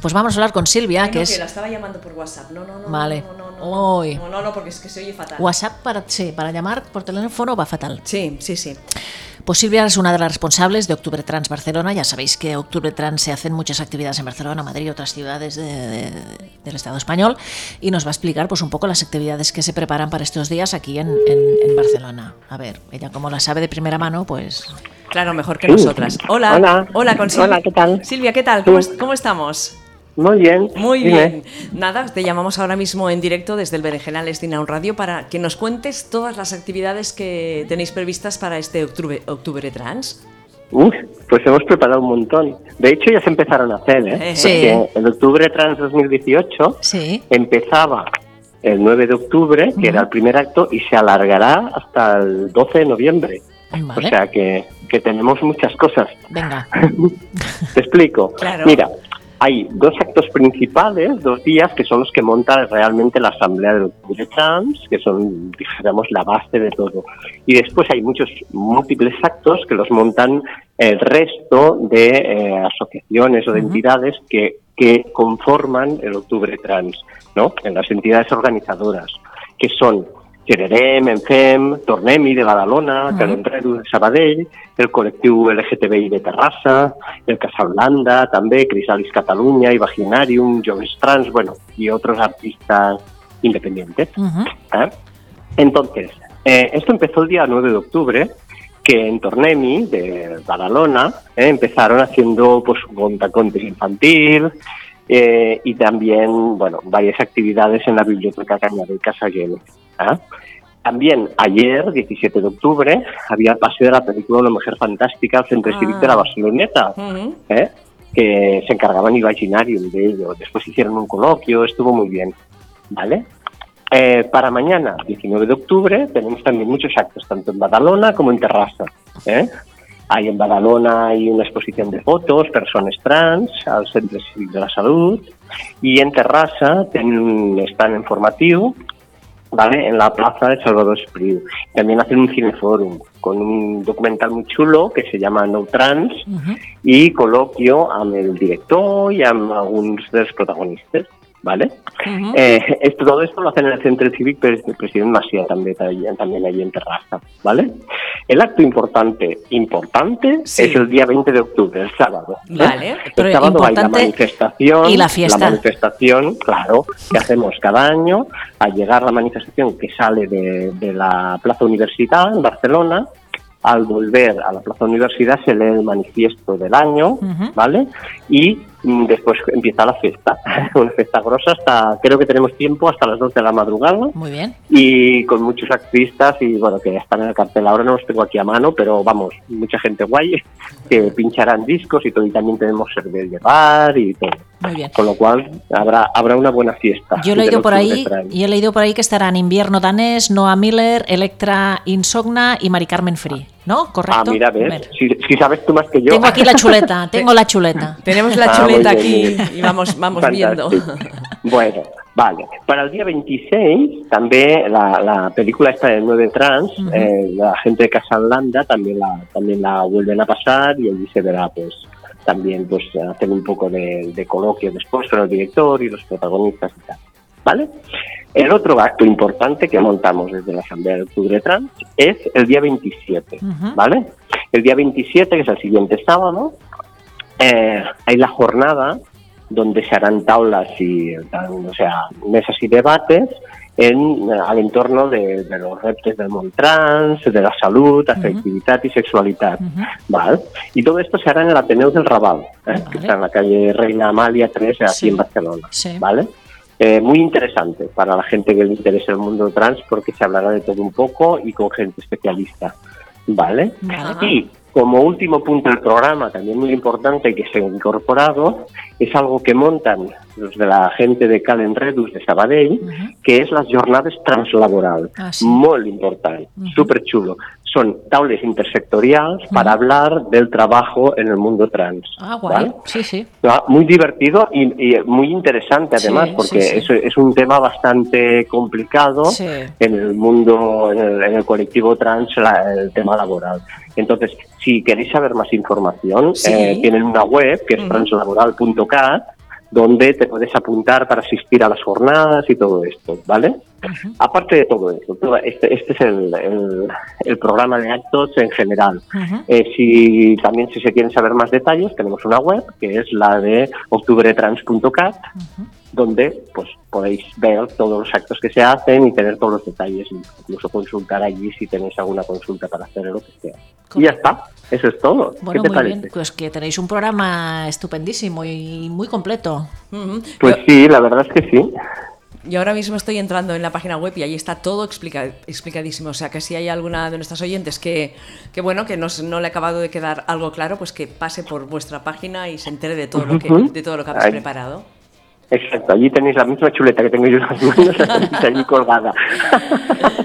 Speaker 2: Pues vamos a hablar con Silvia,
Speaker 1: Ay,
Speaker 2: que
Speaker 1: no,
Speaker 2: es
Speaker 1: la estaba llamando por WhatsApp. No, no, no.
Speaker 2: Vale.
Speaker 1: No, no, no,
Speaker 2: Uy.
Speaker 1: no, no, no, no, porque es que se oye fatal.
Speaker 2: WhatsApp para, sí, para llamar por teléfono va fatal.
Speaker 1: Sí, sí, sí.
Speaker 2: Pues Silvia es una de las responsables de Octubre Trans Barcelona. Ya sabéis que Octubre Trans se hacen muchas actividades en Barcelona, Madrid y otras ciudades de- de- del Estado español. Y nos va a explicar pues, un poco las actividades que se preparan para estos días aquí en, en- en Barcelona. A ver, ella como la sabe de primera mano, pues...
Speaker 1: Claro, mejor que
Speaker 8: Sí.
Speaker 1: nosotras. Hola.
Speaker 8: Hola.
Speaker 1: Hola, con Silvia.
Speaker 8: Hola, ¿qué tal?
Speaker 1: Silvia, ¿qué tal? ¿Cómo,
Speaker 8: Sí.
Speaker 1: es- cómo estamos?
Speaker 8: Muy bien.
Speaker 1: Muy
Speaker 8: dime.
Speaker 1: bien. Nada, te llamamos ahora mismo en directo desde el Berenjenal Estinaun Radio para que nos cuentes todas las actividades que tenéis previstas para este octubre, octubre trans.
Speaker 8: Uf, pues hemos preparado un montón. De hecho, ya se empezaron a hacer, ¿eh?
Speaker 1: Sí.
Speaker 8: Porque el octubre trans 2018
Speaker 2: Sí.
Speaker 8: empezaba el 9 de octubre, que era el primer acto, y se alargará hasta el 12 de noviembre.
Speaker 2: Vale.
Speaker 8: O sea que, que tenemos muchas cosas.
Speaker 2: Venga.
Speaker 8: Te explico.
Speaker 1: Claro.
Speaker 8: Mira, hay dos actos principales, dos días, que son los que monta realmente la Asamblea de los de Trans, que son, digamos, la base de todo. Y después hay muchos múltiples actos que los montan el resto de eh, asociaciones o de entidades que, que conforman el Octubre Trans, ¿no? En las entidades organizadoras, que son Gererem, Enfem, Tornemi de Badalona, Calendredu de Sabadell, el col·lectiu LGTBI de Terrassa, el Casal Blanda, també Crisalis Catalunya, Imaginarium, Joves Trans, bueno, y otros artistas independientes.
Speaker 2: Ujú.
Speaker 8: ¿eh? Entonces, eh, esto empezó el día 9 de octubre, que en Tornemi, de Badalona, eh, empezaron haciendo pues, un montacón infantil eh, y también, bueno, varias actividades en la Biblioteca Cañaveral Casallén. ¿eh? También ayer, 17 de octubre, había el paseo de la película Una mujer fantástica al Centro Cívic de la Barceloneta.
Speaker 1: Ujú.
Speaker 8: ¿eh? que se encargaban Imaginarium de ello. Después hicieron un coloquio, estuvo muy bien. ¿Vale? Eh, para mañana, 19 de octubre, tenemos también muchos actos, tanto en Badalona como en Terrassa. ¿eh? Hay en Badalona hay una exposición de fotos, personas trans, al Centro Cívic de la Salud, y en Terrassa tenen un stand informatiu ¿vale? En la plaza de Salvador Espriu. También hacen un cineforum con un documental muy chulo que se llama No Trans y coloquio amb el director y amb alguns dels protagonistes, ¿vale? Eh, esto, todo esto lo hacen en el Centro Cívic pero el Presidente Masia también, también, también allí en Terraza, ¿vale? El acto importante, importante,
Speaker 1: Sí.
Speaker 8: es el día 20 de octubre, el sábado. ¿eh?
Speaker 2: Vale, pero
Speaker 8: el sábado hay la
Speaker 2: importante-
Speaker 8: manifestación.
Speaker 2: y la fiesta.
Speaker 8: manifestación, claro, que hacemos cada año. Al llegar la manifestación que sale de, de la Plaza Universidad en Barcelona, al volver a la Plaza Universidad se lee el manifiesto del año,
Speaker 2: Ujú.
Speaker 8: ¿vale? Y mm, después empieza la fiesta, una fiesta grosa hasta, creo que tenemos tiempo hasta las 2 de la madrugada
Speaker 2: Muy bien.
Speaker 8: y con muchos artistas y bueno, que están en el cartel. Ahora no los tengo aquí a mano, pero vamos, mucha gente guay que pincharán discos y todo. Y también tenemos cerveza de bar y todo.
Speaker 2: Muy bien.
Speaker 8: Con lo cual habrá, habrá una buena fiesta.
Speaker 2: Yo he leído
Speaker 8: Tenemos
Speaker 2: por
Speaker 8: un
Speaker 2: ahí,
Speaker 8: refrán.
Speaker 2: yo he leído por ahí que estarán Invierno Danés, Noah Miller, Electra Insogna y Mari Carmen Free, ¿no?
Speaker 8: Ah,
Speaker 2: Correcto.
Speaker 8: mira, ves,
Speaker 2: Bueno,
Speaker 8: si, si sabes tú más que yo.
Speaker 2: Tengo aquí la chuleta, tengo la chuleta.
Speaker 1: Tenemos la
Speaker 8: Ah, muy
Speaker 1: chuleta
Speaker 8: bien, muy
Speaker 1: aquí
Speaker 8: bien.
Speaker 1: y vamos, vamos viendo.
Speaker 8: Fantástico. Bueno, vale. Para el día 26, también la, la película esta de 9 trans, eh, la gente de Casalanda también la, también la vuelven a pasar y allí se verá pues también pues hacer un poco de, de coloquio después con el director y los protagonistas y tal. ¿Vale? El otro acto importante que montamos desde la Asamblea de Octubre Trans es el día 27,
Speaker 2: Ujú.
Speaker 8: ¿vale? El día 27, que es el siguiente sábado, eh, hay la jornada donde se harán tablas y o sea, mesas y debates en, eh, al entorno de, de los reptes del món trans, de la salud, afectividad y sexualidad. ¿vale? Y todo esto se hará en el Ateneu del Raval, ¿eh? que está en la calle Reina Amalia 3, aquí
Speaker 2: Sí.
Speaker 8: en Barcelona.
Speaker 2: Sí.
Speaker 8: ¿vale? Eh, muy interesante para la gente que le interesa el mundo trans porque se hablará de todo un poco y con gente especialista. ¿Vale? Y como último punto del programa, también muy importante que se ha incorporado, es algo que montan los de la gente de Calen Redus de Sabadell, que es las jornadas translaboral.
Speaker 2: Ah, sí.
Speaker 8: Muy importante, súper chulo. Son taules intersectoriales para hablar del trabajo en el mundo trans.
Speaker 2: Ah, guay.
Speaker 8: ¿vale?
Speaker 2: Sí, sí.
Speaker 8: Ah, Muy divertido y, y muy interesante
Speaker 2: Sí,
Speaker 8: además,
Speaker 2: sí,
Speaker 8: porque
Speaker 2: sí.
Speaker 8: Es, es un tema bastante complicado
Speaker 2: Sí.
Speaker 8: en el mundo, en el, en el colectivo trans, la- el tema laboral. Entonces, si queréis saber más información,
Speaker 2: Sí.
Speaker 8: eh, tienen una web que es translaboral.cat, donde te puedes apuntar para asistir a las jornadas y todo esto, ¿vale? Aparte de todo esto, todo- este, este es el, el- el programa de actos en general.
Speaker 2: Ujú.
Speaker 8: Eh, si también si se quieren saber más detalles, tenemos una web que es la de octubretrans.cat, donde pues podéis ver todos los actos que se hacen y tener todos los detalles, incluso consultar allí si tenéis alguna consulta para hacer o lo que sea. Y ya está, eso es todo.
Speaker 2: Bueno,
Speaker 8: ¿Qué te
Speaker 2: muy
Speaker 8: parece?
Speaker 2: bien. Pues que tenéis un programa estupendísimo y muy completo.
Speaker 1: Ujú.
Speaker 8: Pues sí, la verdad es que sí.
Speaker 1: Yo ahora mismo estoy entrando en la página web y ahí está todo explica- explicadísimo. O sea, que si hay alguna de nuestras oyentes que, que bueno, que no, se- no le ha acabado de quedar algo claro, pues que pase por vuestra página y se entere de todo lo que,
Speaker 8: Ujú.
Speaker 1: de todo lo que habéis
Speaker 8: Ahí.
Speaker 1: preparado.
Speaker 8: Exacto, allí tenéis la misma chuleta que tengo yo en las manos, la tenéis allí colgada.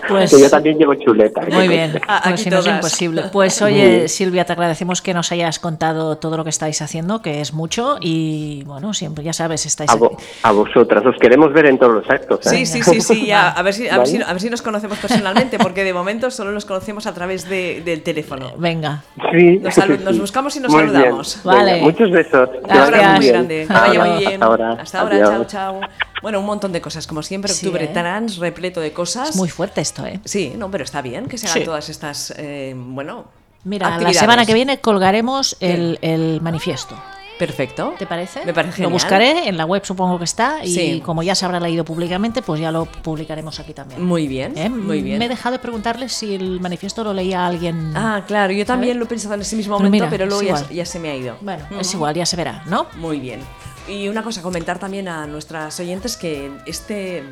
Speaker 2: Pues-
Speaker 8: que yo también llevo chuleta. ¿eh? que
Speaker 2: Muy bien,
Speaker 8: conste.
Speaker 1: Ah, aquí
Speaker 2: pues si no es
Speaker 1: todas.
Speaker 2: imposible. Pues oye, Silvia, te agradecemos que nos hayas contado todo lo que estáis haciendo, que es mucho, y bueno, siempre, ya sabes, estáis
Speaker 8: A, vo-
Speaker 2: aquí.
Speaker 8: a vosotras, os queremos ver en todos los actos. ¿eh?
Speaker 1: Sí, sí, sí, sí, ya, a, ver si, a, ver si,
Speaker 8: Vale.
Speaker 1: a ver si nos conocemos personalmente, porque de momento solo nos conocemos a través de- del teléfono.
Speaker 2: Venga,
Speaker 8: Sí.
Speaker 1: Nos salu- nos buscamos y nos
Speaker 8: Muy bien.
Speaker 1: saludamos.
Speaker 8: Venga,
Speaker 2: Vale.
Speaker 8: muchos besos.
Speaker 1: Un abrazo muy
Speaker 2: Gracias.
Speaker 1: grande. Que vaya muy bien.
Speaker 8: Hasta ahora.
Speaker 1: Hasta ahora,
Speaker 8: Adiós.
Speaker 1: chao, chao. Bueno, un montón de cosas. Como siempre,
Speaker 2: Sí,
Speaker 1: octubre
Speaker 2: ¿eh?
Speaker 1: trans, repleto de cosas.
Speaker 2: es muy fuerte esto, ¿eh?
Speaker 1: Sí, no, pero está bien que se hagan
Speaker 2: Sí.
Speaker 1: todas estas, eh, bueno,
Speaker 2: Mira, la
Speaker 1: actividades.
Speaker 2: semana que viene colgaremos el, el manifiesto.
Speaker 1: Perfecto.
Speaker 2: ¿Te parece?
Speaker 1: Me parece
Speaker 2: Lo
Speaker 1: genial.
Speaker 2: buscaré, en la web supongo que está, y
Speaker 1: Sí.
Speaker 2: como ya se habrá leído públicamente, pues ya lo publicaremos aquí también.
Speaker 1: Muy bien,
Speaker 2: ¿Eh?
Speaker 1: muy bien.
Speaker 2: Me he dejado de preguntarles si el manifiesto lo leía alguien.
Speaker 1: Ah, claro, yo también lo he pensado en ese mismo
Speaker 2: Pero
Speaker 1: momento,
Speaker 2: mira,
Speaker 1: pero luego
Speaker 2: es
Speaker 1: ya,
Speaker 2: igual.
Speaker 1: ya se me ha ido.
Speaker 2: Bueno,
Speaker 1: Ujú.
Speaker 2: es igual, ya se verá, ¿no?
Speaker 1: Muy bien. Y una cosa, comentar también a nuestras oyentes que este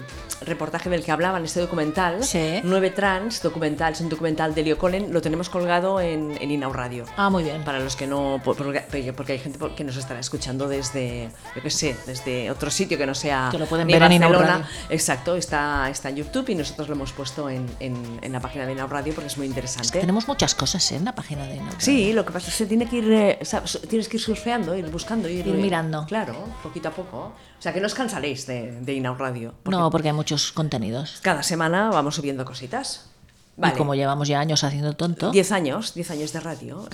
Speaker 1: reportaje del que hablaban, este documental,
Speaker 2: Sí.
Speaker 1: 9 Trans, documental, es un documental de Leo Colen, lo tenemos colgado en, en Inau Radio.
Speaker 2: Ah, muy bien.
Speaker 1: Para los que no, por- porque, porque hay gente que nos estará escuchando desde, yo qué sé, desde otro sitio que no sea
Speaker 2: Que lo pueden
Speaker 1: ni
Speaker 2: ver en Inau
Speaker 1: Barcelona.
Speaker 2: Radio.
Speaker 1: Exacto, está, está en YouTube y nosotros lo hemos puesto en, en- en la página de Inau Radio porque es muy interesante.
Speaker 2: Tenemos muchas cosas ¿eh? en la página de Inaugural.
Speaker 1: Sí, lo que pasa es que tiene que ir, eh, sa- su- tienes que ir surfeando, ir buscando, ir,
Speaker 2: Ir
Speaker 1: eh,
Speaker 2: mirando.
Speaker 1: Claro. poquito a poco. O sea, que no os cansaréis de, de Inau Radio. porque
Speaker 2: No, porque hay muchos contenidos.
Speaker 1: Cada semana vamos subiendo cositas. Vale.
Speaker 2: Y como llevamos ya años haciendo tonto.
Speaker 1: 10 años, 10 años de radio.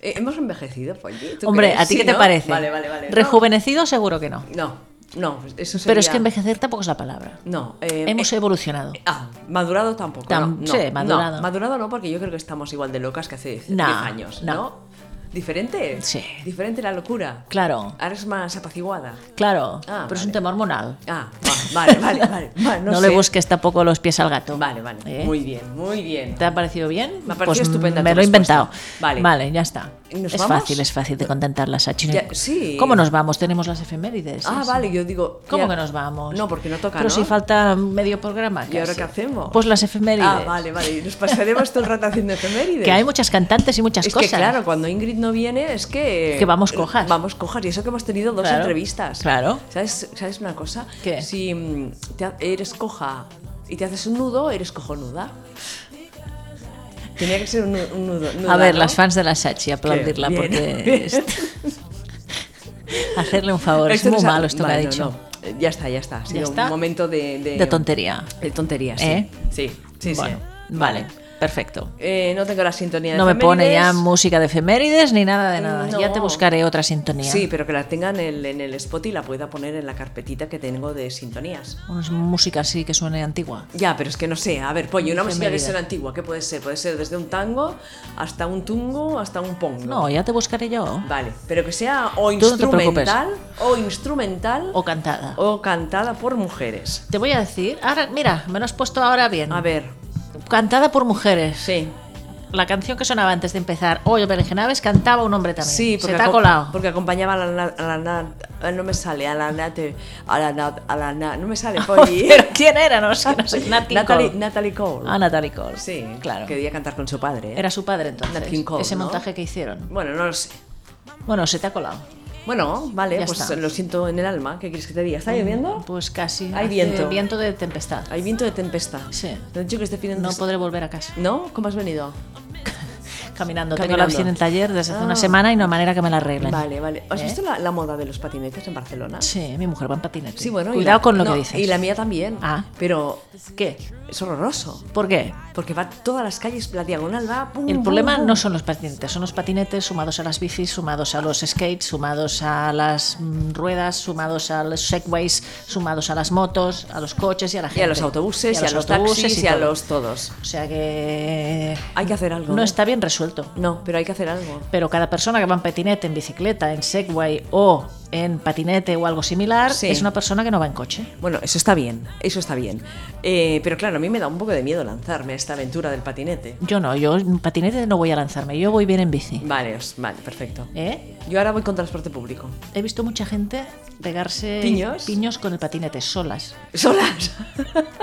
Speaker 1: Eh, hemos envejecido, Polly. ¿tú
Speaker 2: Hombre,
Speaker 1: crees?
Speaker 2: ¿a ti
Speaker 1: Sí,
Speaker 2: qué te
Speaker 1: ¿no?
Speaker 2: parece?
Speaker 1: Vale, vale, vale. No,
Speaker 2: Rejuvenecido seguro que no.
Speaker 1: No, no, eso sería...
Speaker 2: Pero es que envejecer tampoco es la palabra.
Speaker 1: No. eh,
Speaker 2: Hemos
Speaker 1: eh,
Speaker 2: evolucionado.
Speaker 1: Ah, madurado tampoco.
Speaker 2: Tam-
Speaker 1: no, no,
Speaker 2: sí,
Speaker 1: no,
Speaker 2: madurado.
Speaker 1: madurado no, porque yo creo que estamos igual de locas que hace 10
Speaker 2: No,
Speaker 1: años,
Speaker 2: no.
Speaker 1: no. ¿Diferente?
Speaker 2: Sí.
Speaker 1: Diferente la locura.
Speaker 2: Claro,
Speaker 1: Ahora es más apaciguada.
Speaker 2: claro.
Speaker 1: Ah,
Speaker 2: pero es
Speaker 1: vale.
Speaker 2: un tema hormonal.
Speaker 1: Ah, va- vale, vale, vale. vale,
Speaker 2: no
Speaker 1: no
Speaker 2: le
Speaker 1: sé.
Speaker 2: busques tampoco los pies al gato.
Speaker 1: Vale, vale.
Speaker 2: ¿Eh?
Speaker 1: Muy bien, muy bien.
Speaker 2: ¿Te ha parecido bien?
Speaker 1: Me ha parecido estupenda
Speaker 2: Pues Me
Speaker 1: tu
Speaker 2: lo he
Speaker 1: respuesta.
Speaker 2: inventado.
Speaker 1: Vale.
Speaker 2: ya está.
Speaker 1: ¿Nos
Speaker 2: es
Speaker 1: vamos?
Speaker 2: fácil, es fácil de contentarlas a Chino.
Speaker 1: Ya, sí.
Speaker 2: ¿Cómo nos vamos? Tenemos las efemérides.
Speaker 1: Ah,
Speaker 2: sí,
Speaker 1: vale,
Speaker 2: sí.
Speaker 1: yo digo.
Speaker 2: ¿Cómo
Speaker 1: ya-
Speaker 2: que nos vamos?
Speaker 1: No, porque no toca.
Speaker 2: Pero
Speaker 1: ¿no?
Speaker 2: si falta medio programa.
Speaker 1: ¿Y ahora
Speaker 2: casi.
Speaker 1: qué hacemos?
Speaker 2: Pues las efemérides.
Speaker 1: Ah, vale, vale. Y nos pasaremos todo el rato haciendo efemérides.
Speaker 2: Que hay muchas cantantes y muchas
Speaker 1: es
Speaker 2: cosas.
Speaker 1: que claro, cuando Ingrid no viene es que...
Speaker 2: Que vamos cojas.
Speaker 1: Vamos cojas. Y eso que hemos tenido dos
Speaker 2: Claro,
Speaker 1: entrevistas.
Speaker 2: claro.
Speaker 1: ¿Sabes, ¿Sabes una cosa?
Speaker 2: ¿Qué?
Speaker 1: Si mm, te ha- eres coja y te haces un nudo, eres cojonuda. Tenía que ser un, nu- un nudo.
Speaker 2: A
Speaker 1: nuda,
Speaker 2: ver,
Speaker 1: ¿no?
Speaker 2: las fans de la Sachi, aplaudirla
Speaker 1: Bien,
Speaker 2: porque
Speaker 1: bien.
Speaker 2: es- hacerle un favor, es
Speaker 1: Esto
Speaker 2: muy
Speaker 1: nos ha-
Speaker 2: malo esto
Speaker 1: Vale,
Speaker 2: que ha
Speaker 1: no,
Speaker 2: dicho.
Speaker 1: no. Eh, Ya está, ya está. Ha sido
Speaker 2: está?
Speaker 1: un momento de... De,
Speaker 2: De tontería.
Speaker 1: De tontería, sí.
Speaker 2: ¿Eh?
Speaker 1: Sí, sí, sí.
Speaker 2: Bueno, vale, perfecto.
Speaker 1: Eh, no tengo la sintonía de
Speaker 2: No me pone ya
Speaker 1: efemérides.
Speaker 2: música de efemérides ni nada de nada. Ya te
Speaker 1: No.
Speaker 2: buscaré otra sintonía.
Speaker 1: Sí, pero que la tenga en el, en el spot y la pueda poner en la carpetita que tengo de sintonías.
Speaker 2: Una música así que suene antigua.
Speaker 1: Ya, pero es que no sé. A ver, pollo, una música que
Speaker 2: Efeméride.
Speaker 1: sea antigua, ¿qué puede ser? Puede ser desde un tango hasta un tungo hasta un pongo.
Speaker 2: No, ya te buscaré yo.
Speaker 1: Vale, pero que sea o
Speaker 2: Tú no te preocupes.
Speaker 1: instrumental o instrumental
Speaker 2: O cantada.
Speaker 1: o cantada por mujeres.
Speaker 2: Te voy a decir, ahora, mira, me lo has puesto ahora bien.
Speaker 1: A ver,
Speaker 2: Cantada por mujeres.
Speaker 1: sí.
Speaker 2: La canción que sonaba antes de empezar, Hoy Berenjenaves, cantaba un hombre también.
Speaker 1: Sí,
Speaker 2: Se
Speaker 1: porque,
Speaker 2: te ha
Speaker 1: acom-
Speaker 2: colado.
Speaker 1: porque acompañaba a la, na- a la na- eh, no me sale, a la nate, a la nat, a la na- no me sale, pollo.
Speaker 2: Pero ¿quién era? No sé, no sé. Nat King
Speaker 1: Natalie,
Speaker 2: Cole.
Speaker 1: Natalie Cole.
Speaker 2: Ah, Natalie Cole.
Speaker 1: Sí,
Speaker 2: claro.
Speaker 1: Quería cantar con su padre. ¿eh?
Speaker 2: Era su padre entonces.
Speaker 1: Nat King Cole,
Speaker 2: ese
Speaker 1: ¿no?
Speaker 2: montaje que hicieron.
Speaker 1: Bueno, no lo sé.
Speaker 2: Bueno, se te ha colado.
Speaker 1: Bueno, vale,
Speaker 2: Ya
Speaker 1: pues
Speaker 2: está.
Speaker 1: lo siento en el alma. ¿Qué quieres que te diga? ¿Está lloviendo?
Speaker 2: Pues casi.
Speaker 1: Hay
Speaker 2: Hace
Speaker 1: viento.
Speaker 2: Viento de tempestad.
Speaker 1: Hay viento de tempestad.
Speaker 2: Sí.
Speaker 1: ¿Te han dicho que este fin de
Speaker 2: No podré volver a casa.
Speaker 1: ¿No? ¿Cómo has venido?
Speaker 2: Caminando. Tengo
Speaker 1: Caminando.
Speaker 2: la bici en el taller desde hace una
Speaker 1: Ah.
Speaker 2: semana y no hay manera que me la arreglen.
Speaker 1: Vale, vale. ¿Has
Speaker 2: ¿Eh?
Speaker 1: visto la, la moda de los patinetes en Barcelona?
Speaker 2: Sí, mi mujer va en patinete.
Speaker 1: Sí, bueno. y
Speaker 2: Cuidado
Speaker 1: la-
Speaker 2: con lo
Speaker 1: no,
Speaker 2: que dices.
Speaker 1: Y la mía también.
Speaker 2: Ah.
Speaker 1: Pero
Speaker 2: ¿Qué?
Speaker 1: es horroroso.
Speaker 2: ¿Por qué?
Speaker 1: Porque va todas las calles, la diagonal va. pum,
Speaker 2: El
Speaker 1: pum,
Speaker 2: problema
Speaker 1: pum.
Speaker 2: no son los patinetes, son los patinetes sumados a las bicis, sumados a los skates, sumados a las mm, ruedas, sumados a los segways, sumados a las motos, a los coches y a la gente.
Speaker 1: Y a los autobuses, y a los,
Speaker 2: autobuses
Speaker 1: taxis, y, a
Speaker 2: todo.
Speaker 1: los todos.
Speaker 2: O sea que...
Speaker 1: Hay que hacer algo.
Speaker 2: No está bien resuelto.
Speaker 1: No, pero hay que hacer algo.
Speaker 2: Pero cada persona que va en patinete, en bicicleta, en segway o en patinete o algo similar,
Speaker 1: Sí.
Speaker 2: es una persona que no va en coche.
Speaker 1: Bueno, eso está bien, eso está bien. Eh, pero claro, a mí me da un poco de miedo lanzarme a esta aventura del patinete.
Speaker 2: Yo no, yo en patinete no voy a lanzarme, yo voy bien en bici.
Speaker 1: Vale, os- vale, perfecto.
Speaker 2: ¿Eh?
Speaker 1: Yo ahora voy con transporte público.
Speaker 2: He visto mucha gente pegarse
Speaker 1: ¿Piños?
Speaker 2: con el patinete solas
Speaker 1: ¿Solas?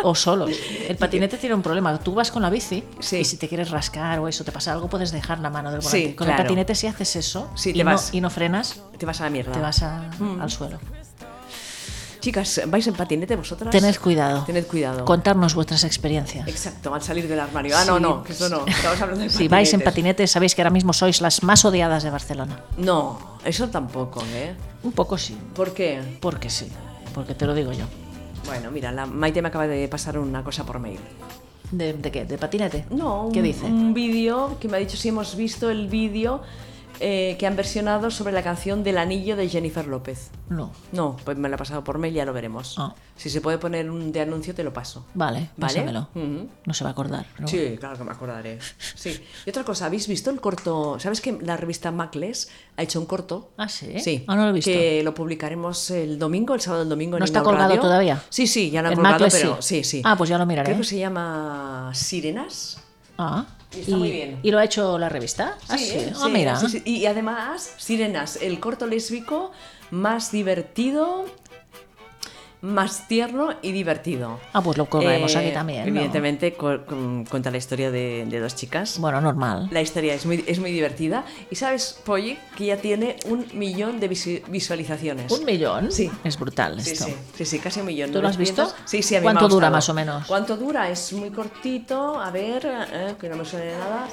Speaker 2: o solos. El patinete tiene un problema. Tú vas con la bici
Speaker 1: Sí.
Speaker 2: y si te quieres rascar o eso te pasa algo, puedes dejar la mano del
Speaker 1: Sí,
Speaker 2: volante. con el
Speaker 1: claro.
Speaker 2: patinete si haces eso
Speaker 1: Sí,
Speaker 2: y,
Speaker 1: te
Speaker 2: no,
Speaker 1: vas. Mm.
Speaker 2: y no frenas,
Speaker 1: Te vas a la mierda.
Speaker 2: te vas a- al suelo.
Speaker 1: Chicas, ¿vais en patinete vosotras?
Speaker 2: Tened cuidado.
Speaker 1: Tened cuidado.
Speaker 2: Contarnos vuestras experiencias.
Speaker 1: Exacto, al salir del armario. Ah, no,
Speaker 2: Sí.
Speaker 1: no, que eso no. Estamos hablando de
Speaker 2: Si vais en
Speaker 1: patinetes.
Speaker 2: patinete, sabéis que ahora mismo sois las más odiadas de Barcelona.
Speaker 1: No, eso tampoco, ¿eh?
Speaker 2: Un poco sí,
Speaker 1: ¿Por qué?
Speaker 2: porque sí, porque te lo digo yo.
Speaker 1: Bueno, mira, la Maite me acaba de pasar una cosa por mail.
Speaker 2: ¿De, de qué? ¿De patinete?
Speaker 1: No, Mm. un,
Speaker 2: ¿Qué dice?
Speaker 1: un vídeo que me ha dicho si hemos visto el vídeo eh, que han versionado sobre la canción Del Anillo de Jennifer López.
Speaker 2: No.
Speaker 1: No, pues me lo ha pasado por mail, ya lo veremos.
Speaker 2: Ah.
Speaker 1: Si se puede poner un de anuncio, te lo paso.
Speaker 2: Vale,
Speaker 1: ¿Vale?
Speaker 2: pásamelo.
Speaker 1: Ujú.
Speaker 2: No se va a acordar. pero bueno.
Speaker 1: Sí, claro que me acordaré. Sí. Y otra cosa, ¿habéis visto el corto? ¿Sabes que la revista Macles ha hecho un corto?
Speaker 2: Ah, ¿sí? Ah, no lo he visto.
Speaker 1: Que lo publicaremos el domingo, el sábado del domingo. en
Speaker 2: ¿No está
Speaker 1: Inau
Speaker 2: colgado
Speaker 1: Radio.
Speaker 2: todavía?
Speaker 1: Sí, sí, ya lo han
Speaker 2: En
Speaker 1: colgado,
Speaker 2: Macles
Speaker 1: pero
Speaker 2: sí.
Speaker 1: sí. sí,
Speaker 2: Ah, pues ya lo miraré.
Speaker 1: Creo que se llama Sirenas.
Speaker 2: Ah,
Speaker 1: Y está muy bien.
Speaker 2: ¿y lo ha hecho la revista? ah, sí.
Speaker 1: ¿eh?
Speaker 2: Ah, mira.
Speaker 1: sí, sí. Y además, Sirenas, el corto lésbico más divertido, más tierno y divertido.
Speaker 2: Ah, pues lo colgaremos
Speaker 1: Eh,
Speaker 2: aquí también. ¿no?
Speaker 1: Evidentemente, co- con- cuenta la historia de, de dos chicas.
Speaker 2: Bueno, normal.
Speaker 1: La historia es muy, es muy divertida. Y sabes, Polly, que ya tiene un millón de visu- visualizaciones.
Speaker 2: ¿Un millón?
Speaker 1: Sí.
Speaker 2: Es brutal
Speaker 1: Sí,
Speaker 2: esto.
Speaker 1: sí, sí, sí, casi un millón.
Speaker 2: ¿Tú lo has visto?
Speaker 1: 900. Sí, sí, a mí
Speaker 2: ¿Cuánto
Speaker 1: me ha
Speaker 2: dura
Speaker 1: gustado.
Speaker 2: más o menos?
Speaker 1: ¿Cuánto dura? Es muy cortito. A ver, eh, que no me suene nada.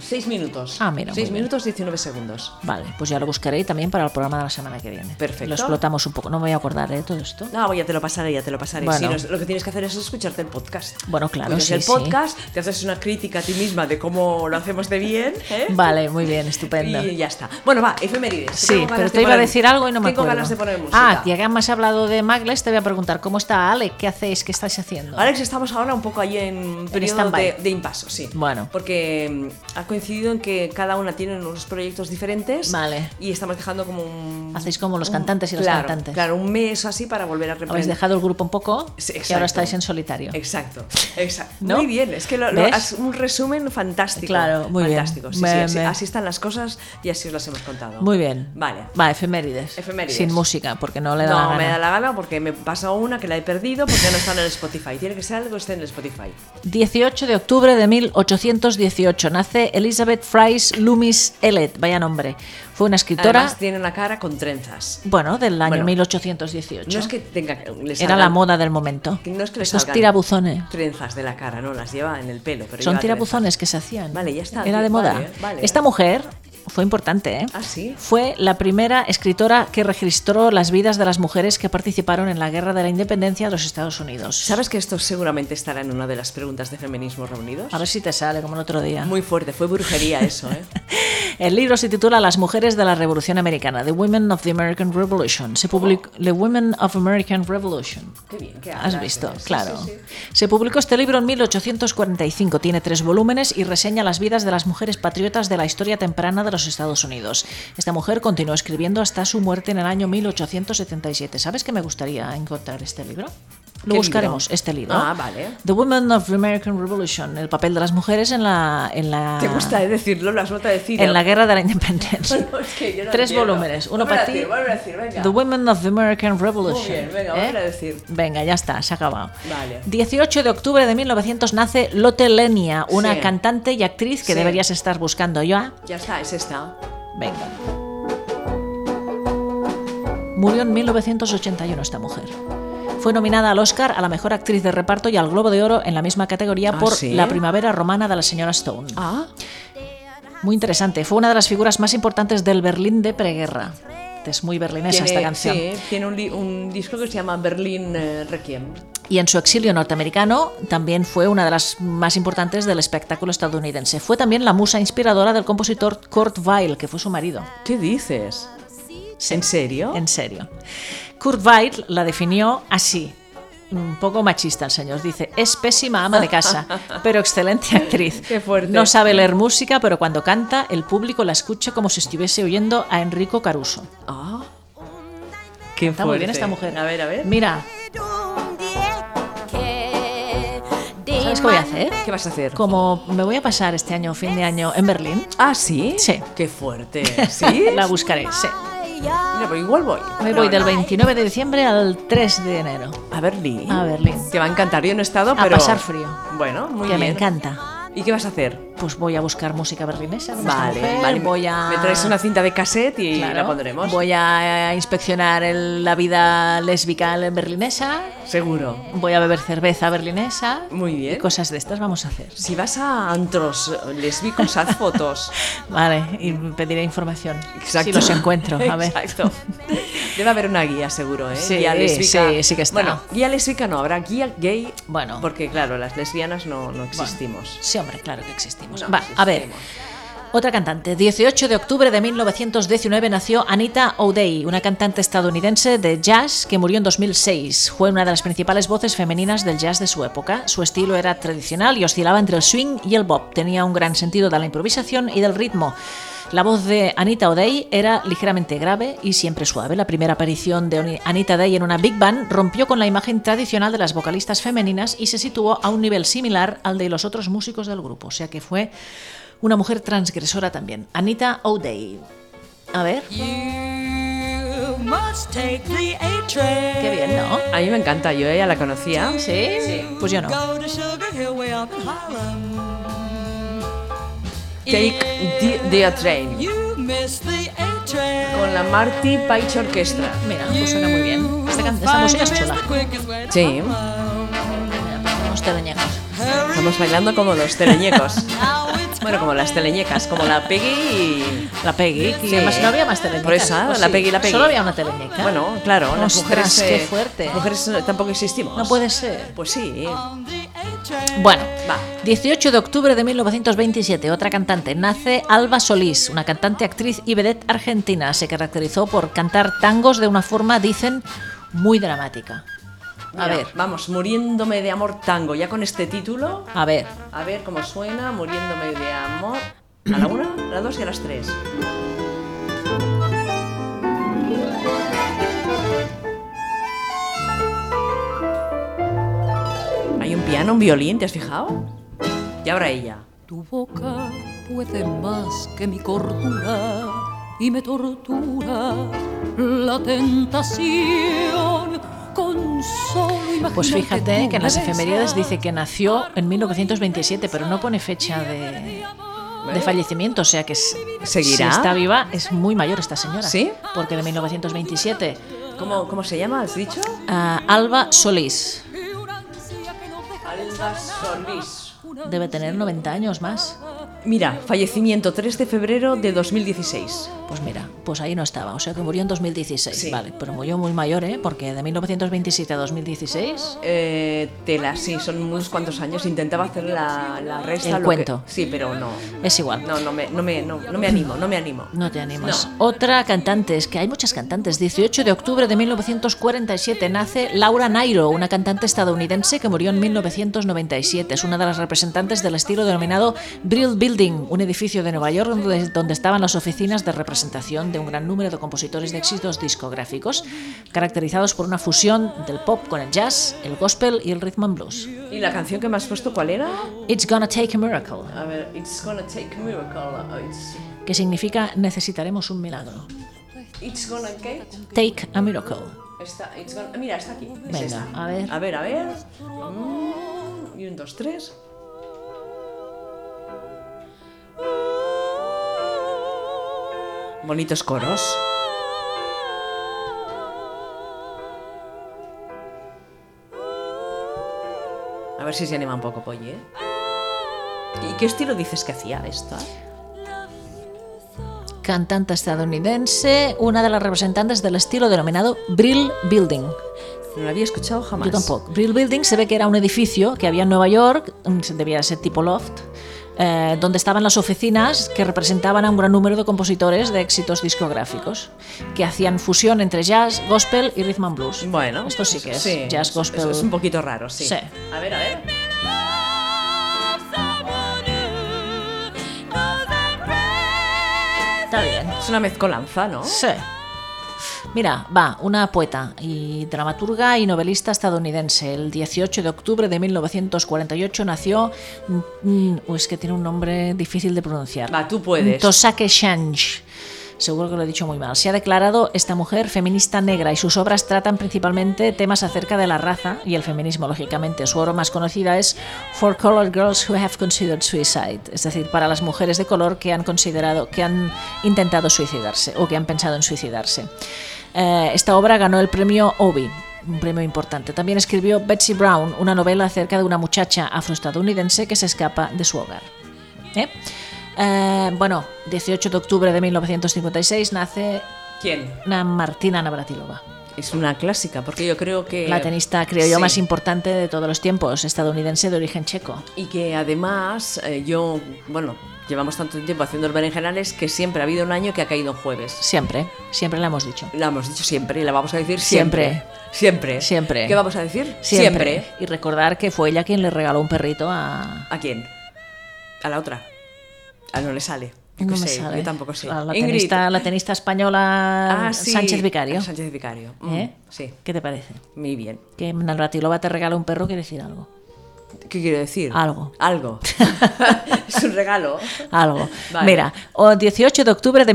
Speaker 1: Seis minutos.
Speaker 2: Ah, mira, muy
Speaker 1: Seis
Speaker 2: bien.
Speaker 1: minutos, 19 segundos.
Speaker 2: Vale, pues ya lo buscaré también para el programa de la semana que viene.
Speaker 1: Perfecto.
Speaker 2: Lo explotamos un poco. No me voy a acordar de todo esto.
Speaker 1: No, ya te lo pasaré, ya te lo pasaré.
Speaker 2: Bueno.
Speaker 1: Si no, lo que tienes que hacer es escucharte el podcast.
Speaker 2: Bueno, claro,
Speaker 1: Escuchas
Speaker 2: sí,
Speaker 1: el
Speaker 2: sí.
Speaker 1: podcast, te haces una crítica a ti misma de cómo lo hacemos de bien. ¿eh?
Speaker 2: Vale, muy bien, estupendo.
Speaker 1: Y ya está. Bueno, va, efemérides.
Speaker 2: Sí,
Speaker 1: Tengo ganas
Speaker 2: pero
Speaker 1: de
Speaker 2: te iba a
Speaker 1: poner-
Speaker 2: decir algo y no me
Speaker 1: Tengo
Speaker 2: acuerdo.
Speaker 1: ganas de poner música.
Speaker 2: ah, y acá me has hablado de Magles, te voy a preguntar, ¿cómo está Alec? ¿Qué hacéis? ¿Qué estáis haciendo?
Speaker 1: Alex, estamos ahora un poco ahí en periodo
Speaker 2: stand-by.
Speaker 1: de, de impaso, sí.
Speaker 2: Bueno.
Speaker 1: Porque mm, ha coincidido en que cada una tiene unos proyectos diferentes.
Speaker 2: Vale.
Speaker 1: Y estamos dejando como un.
Speaker 2: Hacéis como los
Speaker 1: un-
Speaker 2: cantantes y las
Speaker 1: claro,
Speaker 2: cantantes.
Speaker 1: Claro, un mes o así para volver a
Speaker 2: Habéis
Speaker 1: reemplazar.
Speaker 2: dejado el grupo un poco
Speaker 1: Sí,
Speaker 2: y ahora
Speaker 1: exacto.
Speaker 2: estáis en solitario.
Speaker 1: Exacto, exacto.
Speaker 2: ¿No?
Speaker 1: Muy bien, es que lo, lo-
Speaker 2: ¿Ves?
Speaker 1: has- un resumen fantástico.
Speaker 2: Claro, muy bien.
Speaker 1: fantástico. Sí,
Speaker 2: Me-
Speaker 1: sí, así,
Speaker 2: me-
Speaker 1: así están las cosas y así os las hemos contado.
Speaker 2: Muy bien.
Speaker 1: Vale.
Speaker 2: Va, efemérides.
Speaker 1: Efemérides.
Speaker 2: Sin música, porque no le da
Speaker 1: no,
Speaker 2: la gana.
Speaker 1: me da la gana porque me pasó una que la he perdido porque no está en el Spotify. Tiene que ser algo que esté en el Spotify.
Speaker 2: 18 de octubre de 1818 nace Elizabeth Fries Loomis Ellet, vaya nombre. Fue una escritora,
Speaker 1: Además, tiene una cara con trenzas.
Speaker 2: bueno, del año
Speaker 1: Bueno,
Speaker 2: 1818.
Speaker 1: No es que tenga. le
Speaker 2: Era
Speaker 1: salgan-
Speaker 2: la moda del momento.
Speaker 1: No es que le
Speaker 2: Estos
Speaker 1: salgan
Speaker 2: tirabuzones.
Speaker 1: Trenzas de la cara, no las lleva en el pelo. Pero
Speaker 2: Son
Speaker 1: lleva
Speaker 2: tirabuzones que se hacían.
Speaker 1: ¿eh? Vale, ya está.
Speaker 2: Era de
Speaker 1: Vale,
Speaker 2: moda.
Speaker 1: vale.
Speaker 2: Esta mujer fue importante, ¿eh?
Speaker 1: Ah, ¿sí?
Speaker 2: Fue la primera escritora que registró las vidas de las mujeres que participaron en la Guerra de la Independencia de los Estados Unidos.
Speaker 1: trenzas. ¿Sabes que esto seguramente estará en una de las preguntas de Feminismos Reunidos?
Speaker 2: A ver si te sale como el otro día.
Speaker 1: Muy fuerte, fue brujería eso, ¿eh?
Speaker 2: El libro se titula Las mujeres de la Revolución Americana, The Women of the American Revolution. Se publicó The Women of American Revolution.
Speaker 1: Qué bien, qué
Speaker 2: ¿Has
Speaker 1: hablas,
Speaker 2: visto?
Speaker 1: ¿eh? Sí,
Speaker 2: Claro.
Speaker 1: sí, sí.
Speaker 2: Se publicó este libro en 1845, tiene tres volúmenes y reseña las vidas de las mujeres patriotas de la historia temprana de los Estados Unidos. Esta mujer continuó escribiendo hasta su muerte en el año 1877. ¿Sabes que me gustaría encontrar este libro? Lo
Speaker 1: ¿Qué
Speaker 2: buscaremos,
Speaker 1: libro?
Speaker 2: este libro.
Speaker 1: Ah, vale.
Speaker 2: The Women of the American Revolution, el papel de las mujeres en la... En la
Speaker 1: Te gusta eh, decirlo, lo has vuelto a decir.
Speaker 2: Ah. en la guerra de la independencia.
Speaker 1: No, es que yo no
Speaker 2: Tres
Speaker 1: entiendo.
Speaker 2: volúmenes, uno
Speaker 1: Vuelve a
Speaker 2: para ti.
Speaker 1: decir, vuelve a decir, venga.
Speaker 2: The Women of the American Revolution.
Speaker 1: Muy bien, venga,
Speaker 2: ¿eh?
Speaker 1: vuelve a decir.
Speaker 2: Venga, ya está, se ha acabado.
Speaker 1: Vale.
Speaker 2: 18 de octubre de 1900 nace Lotte Lenia, una
Speaker 1: Sí.
Speaker 2: cantante y actriz que
Speaker 1: Sí.
Speaker 2: deberías estar buscando ya.
Speaker 1: Ya está, es esta.
Speaker 2: Venga. Murió en 1981 esta mujer. Fue nominada al Oscar a la mejor actriz de reparto y al Globo de Oro en la misma categoría
Speaker 1: ¿Ah,
Speaker 2: por
Speaker 1: sí?
Speaker 2: La Primavera Romana de la señora Stone.
Speaker 1: Ah,
Speaker 2: Muy interesante. Fue una de las figuras más importantes del Berlín de preguerra. Es muy berlinesa esta canción.
Speaker 1: tiene un, li- un disco que se llama Berlín eh, Requiem.
Speaker 2: Y en su exilio norteamericano también fue una de las más importantes del espectáculo estadounidense. Fue también la musa inspiradora del compositor Kurt Weill, que fue su marido.
Speaker 1: ¿Qué dices? ¿En serio?
Speaker 2: En serio. Kurt Weill la definió así. Un poco machista el señor. Dice, es pésima ama de casa, pero excelente actriz.
Speaker 1: Qué fuerte.
Speaker 2: No sabe leer música, pero cuando canta, el público la escucha como si estuviese oyendo a Enrico Caruso.
Speaker 1: Ah. Qué
Speaker 2: Está muy bien
Speaker 1: fuerte.
Speaker 2: esta mujer.
Speaker 1: A ver, a ver.
Speaker 2: Mira, ¿sabes qué voy a hacer?
Speaker 1: ¿Qué vas a hacer?
Speaker 2: Como me voy a pasar este año, fin de año, en Berlín,
Speaker 1: Ah, ¿sí?
Speaker 2: Sí.
Speaker 1: Qué fuerte. ¿Sí?
Speaker 2: la buscaré, sí.
Speaker 1: Mira, pero igual voy.
Speaker 2: Me
Speaker 1: No,
Speaker 2: voy del
Speaker 1: no.
Speaker 2: 29 de diciembre al 3 de enero.
Speaker 1: A Berlín.
Speaker 2: A Berlín.
Speaker 1: Te va a encantar. Yo no he estado,
Speaker 2: A
Speaker 1: pero...
Speaker 2: pasar frío.
Speaker 1: Bueno, muy
Speaker 2: que
Speaker 1: bien.
Speaker 2: me encanta.
Speaker 1: ¿Y qué vas a hacer?
Speaker 2: Pues voy a buscar música berlinesa. como esta
Speaker 1: Vale,
Speaker 2: mujer,
Speaker 1: vale.
Speaker 2: Voy a...
Speaker 1: Me traes una cinta de cassette y
Speaker 2: Claro.
Speaker 1: la pondremos.
Speaker 2: Voy a inspeccionar el- la vida lésbica berlinesa.
Speaker 1: Seguro.
Speaker 2: Voy a beber cerveza berlinesa.
Speaker 1: Muy bien.
Speaker 2: Y cosas de estas vamos a hacer.
Speaker 1: Si vas a antros eh, lésbicos, haz fotos.
Speaker 2: Vale, y pediré información. Si los encuentro. A ver.
Speaker 1: Exacto. Debe haber una guía, seguro, ¿eh?
Speaker 2: Sí,
Speaker 1: guía lésbica.
Speaker 2: sí, sí que está.
Speaker 1: Bueno, guía lésbica no, habrá guía gay.
Speaker 2: Bueno.
Speaker 1: Porque, claro, las lesbianas no, no existimos.
Speaker 2: Sí, hombre, claro que existimos.
Speaker 1: No
Speaker 2: Va, a ver.
Speaker 1: existimos.
Speaker 2: Otra cantante. 18 de octubre de 1919 nació Anita O'Day, una cantante estadounidense de jazz que murió en 2006. Fue una de las principales voces femeninas del jazz de su época. Su estilo era tradicional y oscilaba entre el swing y el bop. Tenía un gran sentido de la improvisación y del ritmo. La voz de Anita O'Day era ligeramente grave y siempre suave. La primera aparición de Oni- Anita O'Day en una Big Band rompió con la imagen tradicional de las vocalistas femeninas y se situó a un nivel similar al de los otros músicos del grupo. O sea que fue una mujer transgresora también. Anita O'Day. A ver. Qué bien, ¿no?
Speaker 1: A mí me encanta, yo ella la conocía.
Speaker 2: ¿Sí? Pues yo no.
Speaker 1: Take the, the Train. Con la Marty Pike Orchestra.
Speaker 2: Mira, pues suena muy bien. Esta, can- esta música es chula.
Speaker 1: Sí.
Speaker 2: Mira, pues tenemos teleñecos.
Speaker 1: Estamos bailando como los teleñecos. Bueno, como las teleñecas, como la Peggy y...
Speaker 2: La Peggy. que
Speaker 1: Sí.
Speaker 2: además no había más teleñecas.
Speaker 1: Por eso,
Speaker 2: ¿o
Speaker 1: la
Speaker 2: sí?
Speaker 1: Peggy, la Peggy.
Speaker 2: Solo había una teleñeca.
Speaker 1: Bueno, claro, las
Speaker 2: Ostras,
Speaker 1: mujeres...
Speaker 2: qué
Speaker 1: eh,
Speaker 2: fuerte.
Speaker 1: mujeres eh, tampoco existimos.
Speaker 2: No puede ser. Ah.
Speaker 1: Pues sí.
Speaker 2: Bueno,
Speaker 1: Va.
Speaker 2: 18 de octubre de 1927, otra cantante. Nace Alba Solís, una cantante, actriz y vedette argentina. Se caracterizó por cantar tangos de una forma, dicen, muy dramática. A
Speaker 1: Mira,
Speaker 2: ver,
Speaker 1: Vamos, muriéndome de amor tango. Ya con este título...
Speaker 2: a ver.
Speaker 1: A ver cómo suena, muriéndome de amor. A la una, a las dos y a las tres. Hay un piano, un violín, ¿te has fijado? Y ahora ella.
Speaker 9: Tu boca puede más que mi cordura y me tortura la tentación con solo imaginar
Speaker 2: Pues fíjate
Speaker 9: tú
Speaker 2: que en las
Speaker 9: me
Speaker 2: efemérides
Speaker 9: besas.
Speaker 2: dice que nació en 1927, pero no pone fecha de, de fallecimiento, o sea que es-
Speaker 1: ¿Seguirá?
Speaker 2: si está viva es muy mayor esta señora.
Speaker 1: ¿Sí?
Speaker 2: Porque de 1927.
Speaker 1: ¿Cómo, cómo se llama? ¿Has dicho?
Speaker 2: Ah, Alba Solís
Speaker 1: Alba Solís.
Speaker 2: debe tener 90 años más.
Speaker 1: Mira, fallecimiento 3 de febrero de 2016.
Speaker 2: Pues mira, pues ahí no estaba, o sea que murió en 2016,
Speaker 1: Sí.
Speaker 2: vale, pero murió muy mayor, ¿eh? Porque de 1927 a 2016,
Speaker 1: Eh, tela, sí, son unos cuantos años. Intentaba hacer la, la resta.
Speaker 2: El
Speaker 1: lo que-
Speaker 2: cuento.
Speaker 1: sí, pero no.
Speaker 2: es igual.
Speaker 1: No, no me, no, me, no, no me animo, no me animo.
Speaker 2: No te animas. Otra cantante, es que hay muchas cantantes. 18 de octubre de 1947 nace Laura Nairo, una cantante estadounidense que murió en 1997. Es una de las representantes del estilo denominado Brill Building, un edificio de Nueva York donde, donde estaban las oficinas de representación de un gran número de compositores de éxitos discográficos, caracterizados por una fusión del pop con el jazz, el gospel y el rhythm and blues.
Speaker 1: ¿Y la canción que me has puesto cuál era?
Speaker 2: It's Gonna Take a Miracle,
Speaker 1: A ver, It's gonna take a miracle. uh, It's,
Speaker 2: que significa necesitaremos un milagro.
Speaker 1: it's gonna get.
Speaker 2: Take a Miracle.
Speaker 1: Está, it's gonna- mira, está aquí. es
Speaker 2: Venga,
Speaker 1: esta.
Speaker 2: a ver.
Speaker 1: A ver, a ver. Mm, y un, dos, tres. Bonitos coros. A ver si se anima un poco, Polly. ¿eh? ¿Y qué estilo dices que hacía esta?
Speaker 2: cantante estadounidense, una de las representantes del estilo denominado Brill Building.
Speaker 1: No la había escuchado jamás.
Speaker 2: Yo tampoco. Brill Building se ve que era un edificio que había en Nueva York, mm, se- debía ser tipo loft, eh, donde estaban las oficinas que representaban a un gran número de compositores de éxitos discográficos, que hacían fusión entre jazz, gospel y rhythm and blues.
Speaker 1: Bueno, pues
Speaker 2: esto sí que es jazz,
Speaker 1: eso-
Speaker 2: gospel.
Speaker 1: eso Es, un poquito raro, sí.
Speaker 2: Sí.
Speaker 1: A ver, a ver.
Speaker 2: Está bien.
Speaker 1: Es una mezcolanza, ¿no?
Speaker 2: Sí. Mira, va, una poeta y dramaturga y novelista estadounidense. El 18 de octubre de 1948 nació. mm, mm, es que tiene un nombre difícil de pronunciar.
Speaker 1: Va, tú puedes.
Speaker 2: Tosake Shange. Seguro que lo he dicho muy mal. Se ha declarado esta mujer feminista negra y sus obras tratan principalmente temas acerca de la raza y el feminismo, lógicamente. Su obra más conocida es For Colored Girls Who Have Considered Suicide, es decir, para las mujeres de color que han considerado, que han intentado suicidarse o que han pensado en suicidarse. Eh, esta obra ganó el premio Obi, un premio importante. También escribió Betsy Brown, una novela acerca de una muchacha afroestadounidense que se escapa de su hogar. ¿Eh? Eh, bueno, 18 de octubre de 1956 nace
Speaker 1: ¿Quién?
Speaker 2: na- Martina Navratilova,
Speaker 1: Es una clásica, porque yo creo que...
Speaker 2: la tenista creo yo
Speaker 1: Eh, sí.
Speaker 2: más importante de todos los tiempos, estadounidense de origen checo.
Speaker 1: Y que además eh, yo, bueno, llevamos tanto tiempo haciendo los berenjenales que siempre ha habido un año que ha caído en jueves.
Speaker 2: Siempre, siempre la hemos dicho.
Speaker 1: La hemos dicho siempre y la vamos a decir
Speaker 2: Siempre.
Speaker 1: siempre. Siempre.
Speaker 2: Siempre.
Speaker 1: ¿Qué vamos a decir?
Speaker 2: Y recordar que fue ella quien le regaló un perrito a...
Speaker 1: ¿A quién? A la otra. A no le sale. Yo
Speaker 2: No
Speaker 1: qué
Speaker 2: me
Speaker 1: sé,
Speaker 2: sale.
Speaker 1: Yo tampoco sé.
Speaker 2: ¿eh? A La
Speaker 1: Ingrid.
Speaker 2: tenista, la tenista española
Speaker 1: Ah, sí,
Speaker 2: Sánchez Vicario.
Speaker 1: Sánchez Vicario. Mm,
Speaker 2: ¿Eh?
Speaker 1: Sí,
Speaker 2: ¿Qué te parece?
Speaker 1: muy bien.
Speaker 2: Que Navratilova te regala un perro quiere decir algo.
Speaker 1: ¿Qué quiere decir?
Speaker 2: Algo.
Speaker 1: Algo. es un regalo.
Speaker 2: Algo.
Speaker 1: Vale.
Speaker 2: Mira, o 18 de octubre de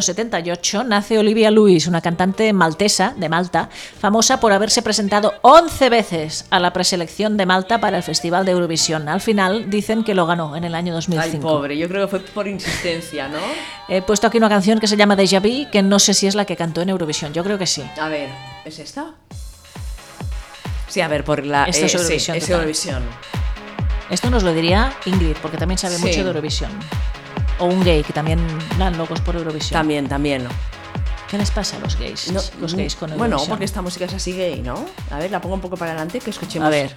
Speaker 2: 1978 nace Olivia Lewis, una cantante maltesa de Malta, famosa por haberse presentado 11 veces a la preselección de Malta para el Festival de Eurovisión. Al final dicen que lo ganó en el año
Speaker 1: Ay,
Speaker 2: 2005.
Speaker 1: pobre, yo creo que fue por insistencia, ¿no?
Speaker 2: He puesto aquí una canción que se llama Deja Vu, que no sé si es la que cantó en Eurovisión. Yo creo que sí.
Speaker 1: A ver, ¿es esta? Sí, a ver, por la.
Speaker 2: Esto es
Speaker 1: sí,
Speaker 2: Eurovisión
Speaker 1: es
Speaker 2: total.
Speaker 1: Eurovisión.
Speaker 2: Esto nos lo diría Ingrid, porque también sabe
Speaker 1: Sí.
Speaker 2: mucho de Eurovisión. O un gay, que también dan locos por Eurovisión.
Speaker 1: También, también.
Speaker 2: ¿Qué les pasa a los gays?
Speaker 1: No,
Speaker 2: los gays con Eurovisión.
Speaker 1: bueno, porque esta música es así gay, ¿no? A ver, la pongo un poco para adelante que escuchemos.
Speaker 2: A ver,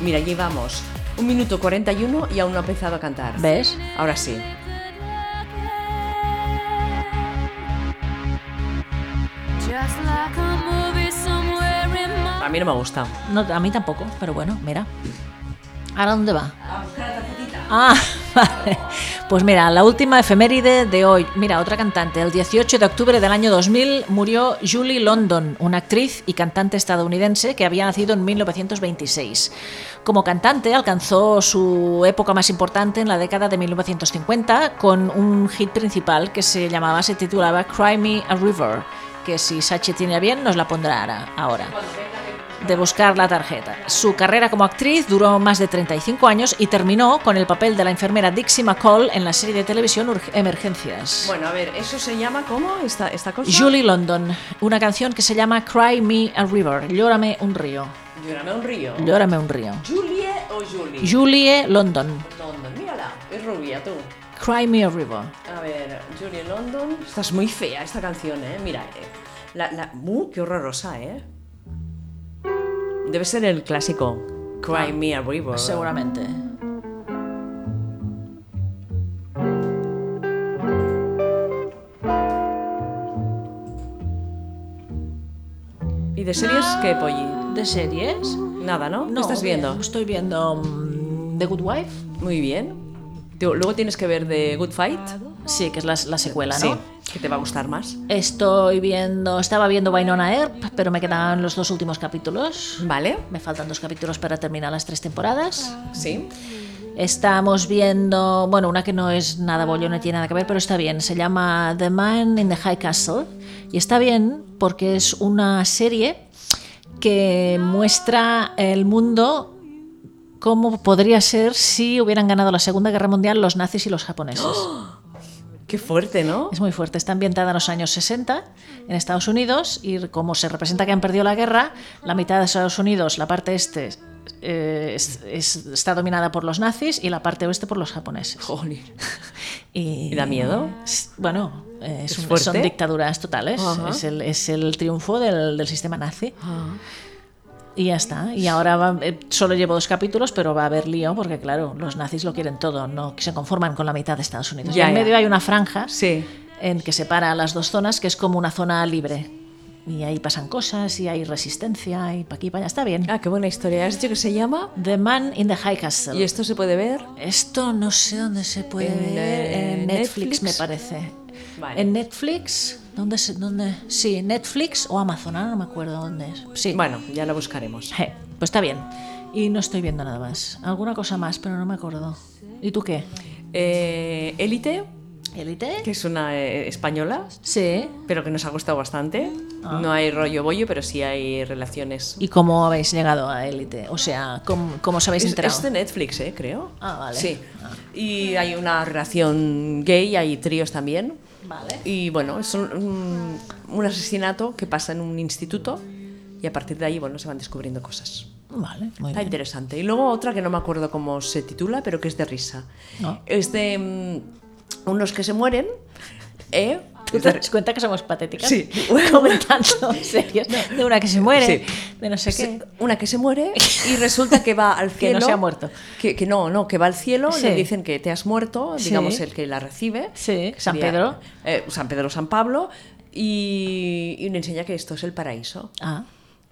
Speaker 1: Mira, allí vamos. Un minuto 41 y aún no ha empezado a cantar.
Speaker 2: ¿ves?
Speaker 1: Ahora sí.
Speaker 4: Just like a movie somewhere in my
Speaker 1: A mí no me gusta.
Speaker 2: No, a mí tampoco, pero bueno, mira. ¿Ahora dónde va? Ah, vale. Pues mira, la última efeméride de hoy. Mira, otra cantante. El 18 de octubre del año 2000 murió Julie London, una actriz y cantante estadounidense que había nacido en 1926. Como cantante alcanzó su época más importante en la década de 1950 con un hit principal que se llamaba, se titulaba Cry Me a River, que si Sachi tiene bien nos la pondrá ara- ahora de buscar la tarjeta. Su carrera como actriz duró más de 35 años y terminó con el papel de la enfermera Dixie McCall en la serie de televisión Urg- Emergencias.
Speaker 1: Bueno, a ver, ¿eso se llama cómo? ¿Esta, esta cosa?
Speaker 2: Julie London, una canción que se llama Cry Me a River, Llórame un río,
Speaker 1: Llórame un río.
Speaker 2: Llórame un río.
Speaker 1: ¿Julie o Julie?
Speaker 2: Julie London,
Speaker 1: London, mírala, es rubia tú.
Speaker 2: Cry Me a River.
Speaker 1: A ver, Julie London. Estás muy fea esta canción, ¿eh? Mira, eh, la, la... ¡Uh, qué horrorosa, eh! Debe ser el clásico Cry Me a River.
Speaker 2: Seguramente.
Speaker 1: ¿Y de series qué, Polly?
Speaker 2: ¿De series?
Speaker 1: Nada, ¿no? ¿No estás viendo?
Speaker 2: Estoy viendo mm, The Good Wife.
Speaker 1: Muy bien. Te- Luego tienes que ver The Good Fight.
Speaker 2: Sí, que es la, la secuela, ¿no?
Speaker 1: Sí, que te va a gustar más.
Speaker 2: Estoy viendo, estaba viendo Winona Earp, pero me quedaban los dos últimos capítulos.
Speaker 1: ¿Vale?
Speaker 2: Me faltan dos capítulos para terminar las tres temporadas.
Speaker 1: Sí.
Speaker 2: Estamos viendo, bueno, una que no es nada bollo, no tiene nada que ver, pero está bien. Se llama The Man in the High Castle y está bien porque es una serie que muestra el mundo como podría ser si hubieran ganado la Segunda Guerra Mundial los nazis y los japoneses.
Speaker 1: Qué fuerte, ¿no?
Speaker 2: Es muy fuerte, está ambientada en los años 60 en Estados Unidos y como se representa que han perdido la guerra, la mitad de Estados Unidos, la parte este, eh, es- es- está dominada por los nazis y la parte oeste por los japoneses.
Speaker 1: Jolín.
Speaker 2: Y,
Speaker 1: ¿Y da miedo?
Speaker 2: es- Bueno, eh, es
Speaker 1: ¿Es
Speaker 2: un-
Speaker 1: fuerte?
Speaker 2: son dictaduras totales,
Speaker 1: Ajá. Ah.
Speaker 2: es el, es el triunfo del, del sistema nazi. Y ya está. Y ahora va- eh, solo llevo dos capítulos, pero va a haber lío porque, claro, los nazis lo quieren todo, no se conforman con la mitad de Estados Unidos.
Speaker 1: Ya,
Speaker 2: y en
Speaker 1: ya.
Speaker 2: medio hay una franja
Speaker 1: Sí.
Speaker 2: en que separa las dos zonas, que es como una zona libre. Y ahí pasan cosas, y hay resistencia, y pa' aquí, pa' allá. Está bien.
Speaker 1: Ah, qué buena historia. ¿Has dicho que se llama?
Speaker 2: The Man in the High Castle.
Speaker 1: ¿Y esto se puede ver?
Speaker 2: Esto no sé dónde se puede
Speaker 1: En,
Speaker 2: ver.
Speaker 1: eh,
Speaker 2: En
Speaker 1: Netflix.
Speaker 2: Netflix, me parece.
Speaker 1: Vale.
Speaker 2: En Netflix, ¿dónde, se- dónde? Sí, Netflix o Amazon, ahora no me acuerdo dónde es. Sí.
Speaker 1: Bueno, ya lo buscaremos.
Speaker 2: Je, pues está bien. Y no estoy viendo nada más. Alguna cosa más, pero no me acuerdo. ¿Y tú qué?
Speaker 1: Eh, Élite, que
Speaker 2: ¿Elite?
Speaker 1: es una eh, española,
Speaker 2: Sí.
Speaker 1: pero que nos ha gustado bastante.
Speaker 2: Ah.
Speaker 1: No hay rollo bollo, pero sí hay relaciones.
Speaker 2: ¿Y cómo habéis llegado a Elite? O sea, ¿cómo, cómo os habéis
Speaker 1: Es,
Speaker 2: enterado?
Speaker 1: es de Netflix, eh, creo.
Speaker 2: Ah, vale.
Speaker 1: Sí. Y hay una relación gay, hay tríos también.
Speaker 2: Vale.
Speaker 1: Y bueno, es un, un- un asesinato que pasa en un instituto y a partir de ahí, bueno, se van descubriendo cosas.
Speaker 2: Vale, muy
Speaker 1: Está
Speaker 2: bien.
Speaker 1: interesante. Y luego otra que no me acuerdo cómo se titula, pero que es de risa.
Speaker 2: Ah.
Speaker 1: Es de mm, unos que se mueren. ¿eh?
Speaker 2: ¿Tú
Speaker 1: Es
Speaker 2: te
Speaker 1: de-
Speaker 2: das cuenta que somos patéticas?
Speaker 1: Sí.
Speaker 2: Comentando series. De una que se muere,
Speaker 1: Sí.
Speaker 2: de no sé qué.
Speaker 1: Una que se muere y resulta que va al
Speaker 2: Que
Speaker 1: cielo.
Speaker 2: no se ha muerto.
Speaker 1: Que, que no, no, que va al cielo,
Speaker 2: Sí.
Speaker 1: le dicen que te has muerto,
Speaker 2: Sí.
Speaker 1: digamos el que la recibe.
Speaker 2: Sí,
Speaker 1: que
Speaker 2: San
Speaker 1: sería,
Speaker 2: Pedro.
Speaker 1: eh, San Pedro, San Pablo. Y, y le enseña que esto es el paraíso.
Speaker 2: Ah,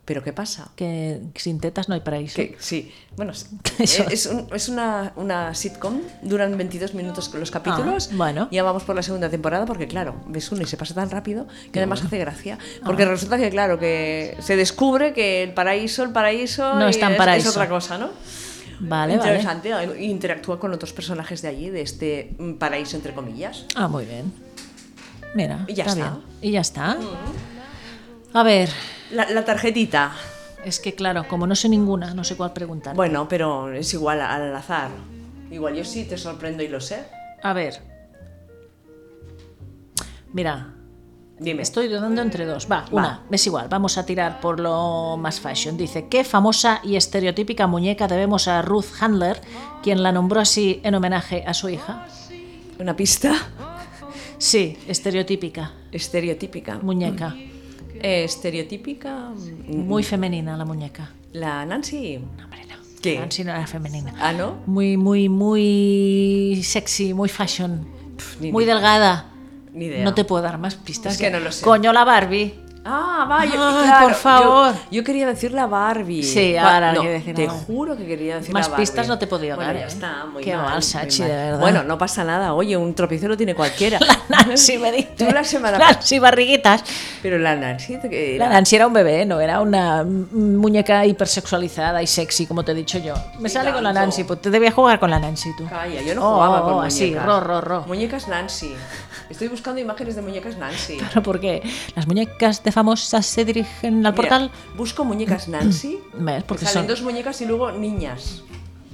Speaker 1: Pero ¿qué pasa?
Speaker 2: que sin tetas no hay paraíso.
Speaker 1: Que, sí, bueno, es,
Speaker 2: Eso.
Speaker 1: eh, es un- es una, una sitcom, duran 22 minutos los capítulos.
Speaker 2: Ah, bueno.
Speaker 1: Ya vamos por la segunda temporada porque, claro, ves uno y se pasa tan rápido que además hace gracia. Porque
Speaker 2: Ah.
Speaker 1: resulta que, claro, que se descubre que el paraíso, el paraíso.
Speaker 2: No
Speaker 1: y
Speaker 2: es tan
Speaker 1: es,
Speaker 2: paraíso.
Speaker 1: Es otra cosa, ¿no?
Speaker 2: Vale, vale.
Speaker 1: Interesante, eh, interactúa con otros personajes de allí, de este mm, paraíso, entre comillas.
Speaker 2: Ah, muy bien. Mira,
Speaker 1: Y ya está. Mm.
Speaker 2: bien. Y ya está. A ver,
Speaker 1: La, la tarjetita.
Speaker 2: es que claro, como no sé ninguna, no sé cuál preguntar.
Speaker 1: Bueno, pero es igual a- al azar. Igual yo sí te sorprendo y lo sé.
Speaker 2: A ver. Mira,
Speaker 1: Dime.
Speaker 2: Estoy dudando entre dos. Va, una, es igual, vamos a tirar por lo más fashion. Dice, ¿qué famosa y estereotípica muñeca debemos a Ruth Handler, quien la nombró así en homenaje a su hija?
Speaker 1: Una pista
Speaker 2: Sí, estereotípica,
Speaker 1: estereotípica.
Speaker 2: muñeca.
Speaker 1: Eh, estereotípica. mm,
Speaker 2: Muy femenina la muñeca.
Speaker 1: La Nancy.
Speaker 2: Hombre, no.
Speaker 1: ¿Qué?
Speaker 2: Nancy no era femenina.
Speaker 1: Ah, ¿no?
Speaker 2: Muy, muy, muy sexy, muy fashion.
Speaker 1: ni
Speaker 2: Muy
Speaker 1: idea.
Speaker 2: delgada.
Speaker 1: Ni idea.
Speaker 2: No te puedo dar más pistas.
Speaker 1: Es que no lo sé.
Speaker 2: Coño, la Barbie.
Speaker 1: Ah, vaya.
Speaker 2: Ay,
Speaker 1: claro,
Speaker 2: por favor.
Speaker 1: Yo, yo quería decir la Barbie.
Speaker 2: Sí,
Speaker 1: Va-
Speaker 2: ahora
Speaker 1: no,
Speaker 2: hay que decir
Speaker 1: Te
Speaker 2: la Barbie.
Speaker 1: juro que quería decir
Speaker 2: Más
Speaker 1: la Barbie.
Speaker 2: pistas no te he podido
Speaker 1: bueno,
Speaker 2: dar,
Speaker 1: Ya
Speaker 2: ¿eh?
Speaker 1: está, muy
Speaker 2: Qué
Speaker 1: mal,
Speaker 2: mal,
Speaker 1: muy
Speaker 2: Sachi,
Speaker 1: mal.
Speaker 2: de verdad.
Speaker 1: Bueno, no pasa nada. Oye, un tropiezo lo tiene cualquiera.
Speaker 2: Nancy, me dice.
Speaker 1: Tú la semana
Speaker 2: Nancy, barriguitas.
Speaker 1: Pero la Nancy. que
Speaker 2: La
Speaker 1: era-
Speaker 2: Nancy era un bebé, no era una mm, muñeca hipersexualizada y sexy, como te he dicho yo. Me sale con la
Speaker 1: tanto.
Speaker 2: Nancy, pues te debía jugar con la Nancy tú.
Speaker 1: Calla, yo no
Speaker 2: Oh,
Speaker 1: jugaba con
Speaker 2: oh,
Speaker 1: muñecas.
Speaker 2: así, ro, ro, ro.
Speaker 1: Muñecas Nancy. Estoy buscando imágenes de muñecas Nancy.
Speaker 2: Pero porque las muñecas de famosas se dirigen al
Speaker 1: Mira,
Speaker 2: portal.
Speaker 1: busco muñecas Nancy.
Speaker 2: ¿Ves? Porque
Speaker 1: Me salen
Speaker 2: son-
Speaker 1: dos muñecas y luego niñas.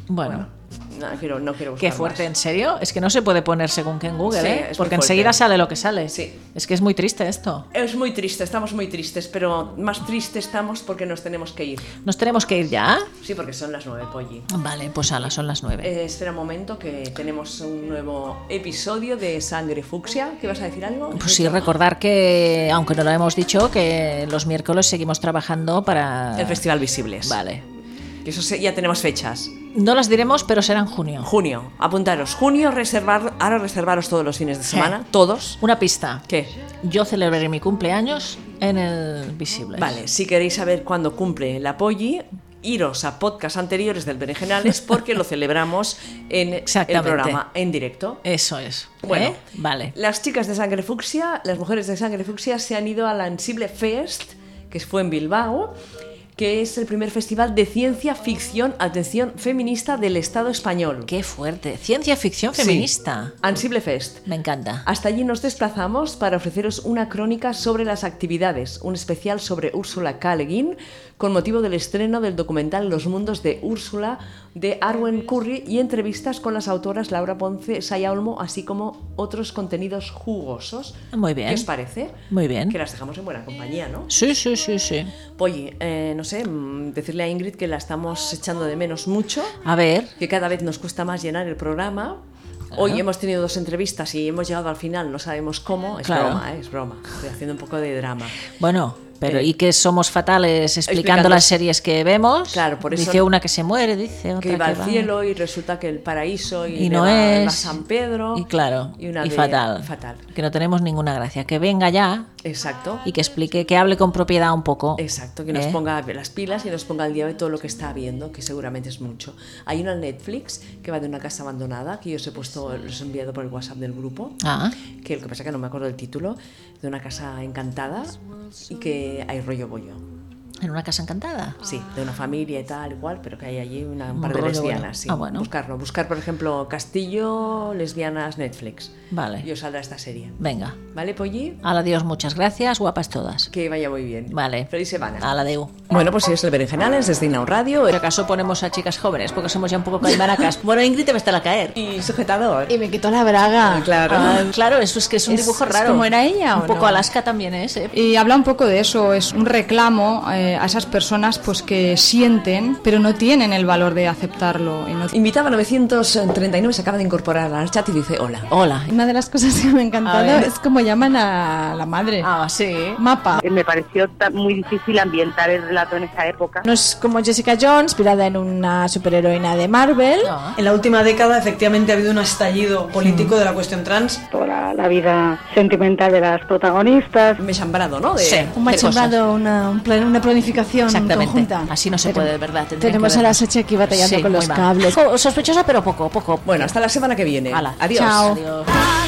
Speaker 2: Bueno,
Speaker 1: No quiero, no quiero buscar
Speaker 2: qué fuerte,
Speaker 1: pues más.
Speaker 2: ¿en serio? Es que no se puede poner según que en Google,
Speaker 1: Sí,
Speaker 2: ¿eh?
Speaker 1: es muy
Speaker 2: Porque
Speaker 1: fuerte.
Speaker 2: enseguida sale lo que sale.
Speaker 1: Sí.
Speaker 2: Es que es muy triste esto.
Speaker 1: Es muy triste, estamos muy tristes, pero más tristes estamos porque nos tenemos que ir.
Speaker 2: ¿Nos tenemos que ir ya?
Speaker 1: Sí, porque son las nueve, Polly.
Speaker 2: Vale, pues ala, son las nueve.
Speaker 1: Eh, espera un momento que tenemos un nuevo episodio de Sangre Fucsia. ¿Qué vas a decir algo?
Speaker 2: Pues sí, recordar que, aunque no lo hemos dicho, que los miércoles seguimos trabajando para...
Speaker 1: El Festival Visibles.
Speaker 2: Vale.
Speaker 1: Que Eso se- ya tenemos fechas.
Speaker 2: No las diremos, pero será en junio.
Speaker 1: Junio, apuntaros. Junio, reservar, ahora reservaros todos los fines de semana.
Speaker 2: Sí.
Speaker 1: Todos.
Speaker 2: Una pista.
Speaker 1: ¿Qué?
Speaker 2: Yo celebraré mi cumpleaños en el Visibles.
Speaker 1: Vale, si queréis saber cuándo cumple la Polly, iros a podcasts anteriores del Berenjenales porque lo celebramos en el
Speaker 2: Exactamente.
Speaker 1: programa en directo.
Speaker 2: Eso es.
Speaker 1: Bueno,
Speaker 2: ¿eh? Vale.
Speaker 1: Las chicas de Sangre Fucsia, las mujeres de Sangre Fucsia se han ido a la Ansible Fest, que fue en Bilbao, que es el primer festival de ciencia ficción, atención, feminista del Estado español.
Speaker 2: Qué fuerte. Ciencia ficción
Speaker 1: Sí. Ah.
Speaker 2: feminista.
Speaker 1: Ansible Fest.
Speaker 2: Me encanta.
Speaker 1: Hasta allí nos desplazamos para ofreceros una crónica sobre las actividades, un especial sobre Úrsula K. Le Guin, con motivo del estreno del documental Los Mundos de Úrsula de Arwen Curry y entrevistas con las autoras Laura Ponce, Saya Olmo, así como otros contenidos jugosos.
Speaker 2: Muy bien.
Speaker 1: ¿Qué os parece?
Speaker 2: Muy bien.
Speaker 1: Que las dejamos en buena compañía, ¿no?
Speaker 2: Sí, sí, sí, sí.
Speaker 1: Oye, eh, no sé, mm, decirle a Ingrid que la estamos echando de menos mucho
Speaker 2: A ver.
Speaker 1: que cada vez nos cuesta más llenar el programa. Hoy hemos tenido dos entrevistas y hemos llegado al final, no sabemos cómo. Es
Speaker 2: Claro.
Speaker 1: broma, ¿eh? es broma. Estoy haciendo un poco de drama.
Speaker 2: Bueno, pero
Speaker 1: Eh,
Speaker 2: ¿y que somos fatales
Speaker 1: explicando-
Speaker 2: explicando las series que vemos?
Speaker 1: Claro, por eso-
Speaker 2: Dice una que se muere, dice otra
Speaker 1: Que iba al
Speaker 2: va.
Speaker 1: cielo y resulta que el paraíso y,
Speaker 2: Y no
Speaker 1: le va-
Speaker 2: es.
Speaker 1: va a San Pedro.
Speaker 2: Y claro, y,
Speaker 1: una de-
Speaker 2: fatal.
Speaker 1: Fatal.
Speaker 2: Que no tenemos ninguna gracia. Que venga ya
Speaker 1: Exacto.
Speaker 2: y que explique, que hable con propiedad un poco.
Speaker 1: Exacto, que nos
Speaker 2: ¿Eh?
Speaker 1: ponga las pilas y nos ponga al día de todo lo que está viendo, que seguramente es mucho. Hay una en Netflix que va de una casa abandonada, que yo os he puesto, los he enviado por el WhatsApp del grupo.
Speaker 2: Ah,
Speaker 1: que lo que pasa que no me acuerdo del título, de una casa encantada y que hay rollo bollo.
Speaker 2: en una casa encantada.
Speaker 1: Sí, de una familia y tal, igual, pero que hay allí una, un
Speaker 2: Un
Speaker 1: par de
Speaker 2: rollo
Speaker 1: lesbianas.
Speaker 2: bollo.
Speaker 1: Sí.
Speaker 2: Ah, bueno.
Speaker 1: Buscarlo. Buscar, por ejemplo, Castillo, lesbianas, Netflix.
Speaker 2: Vale.
Speaker 1: Y os saldrá esta serie.
Speaker 2: Venga.
Speaker 1: ¿Vale, Polly?
Speaker 2: Al adiós, muchas gracias, guapas todas.
Speaker 1: Que vaya muy bien.
Speaker 2: Vale. Ah.
Speaker 1: Feliz semana.
Speaker 2: A la deu.
Speaker 1: Bueno, pues es el Berenjenales, desde Inau Radio.
Speaker 2: Por acaso ponemos a chicas jóvenes, porque somos ya un poco calmaracas. Bueno, Ingrid te va a estar a caer.
Speaker 1: Y sujetador.
Speaker 3: Y me quitó la braga.
Speaker 1: Claro.
Speaker 2: Ah, claro, eso es que es un
Speaker 3: Es-
Speaker 2: dibujo
Speaker 3: es
Speaker 2: raro.
Speaker 3: como era ella,
Speaker 2: Un
Speaker 3: ¿o
Speaker 2: poco
Speaker 3: no?
Speaker 2: Alaska también es, ¿eh?
Speaker 10: Y habla un poco de eso, es un reclamo eh, a esas personas pues que sienten, pero no tienen el valor de aceptarlo. y no-
Speaker 1: Invitaba 939, se acaba de incorporar al chat y dice hola.
Speaker 2: Hola.
Speaker 10: Una de las cosas que me ha encantado
Speaker 2: A ver.
Speaker 10: es como llaman a la madre.
Speaker 2: Ah, sí.
Speaker 10: Mapa.
Speaker 11: Me pareció ta- muy difícil ambientar el relato en esa época.
Speaker 3: No es como Jessica Jones, inspirada en una superheroína de Marvel.
Speaker 2: No.
Speaker 12: En la última década, efectivamente, ha habido un estallido político de la cuestión trans.
Speaker 11: La, vida sentimental de las protagonistas.
Speaker 1: Me he chambrado, ¿no? De-
Speaker 2: Sí,
Speaker 3: Un
Speaker 2: de pues, cosas.
Speaker 3: machembrado, una, un plan- una planificación
Speaker 2: Exactamente.
Speaker 3: conjunta.
Speaker 2: Así no se
Speaker 3: Pero-
Speaker 2: puede, de verdad. tendrían
Speaker 3: Tenemos
Speaker 2: que
Speaker 3: a la
Speaker 2: vernos.
Speaker 3: Sachi aquí batallando
Speaker 2: Sí,
Speaker 3: con los
Speaker 2: muy mal.
Speaker 3: cables.
Speaker 2: Jo, Sospechosa, pero poco, poco.
Speaker 1: Bueno, hasta la semana que viene.
Speaker 2: Ala.
Speaker 1: Adiós.
Speaker 3: Chao.
Speaker 2: Adiós.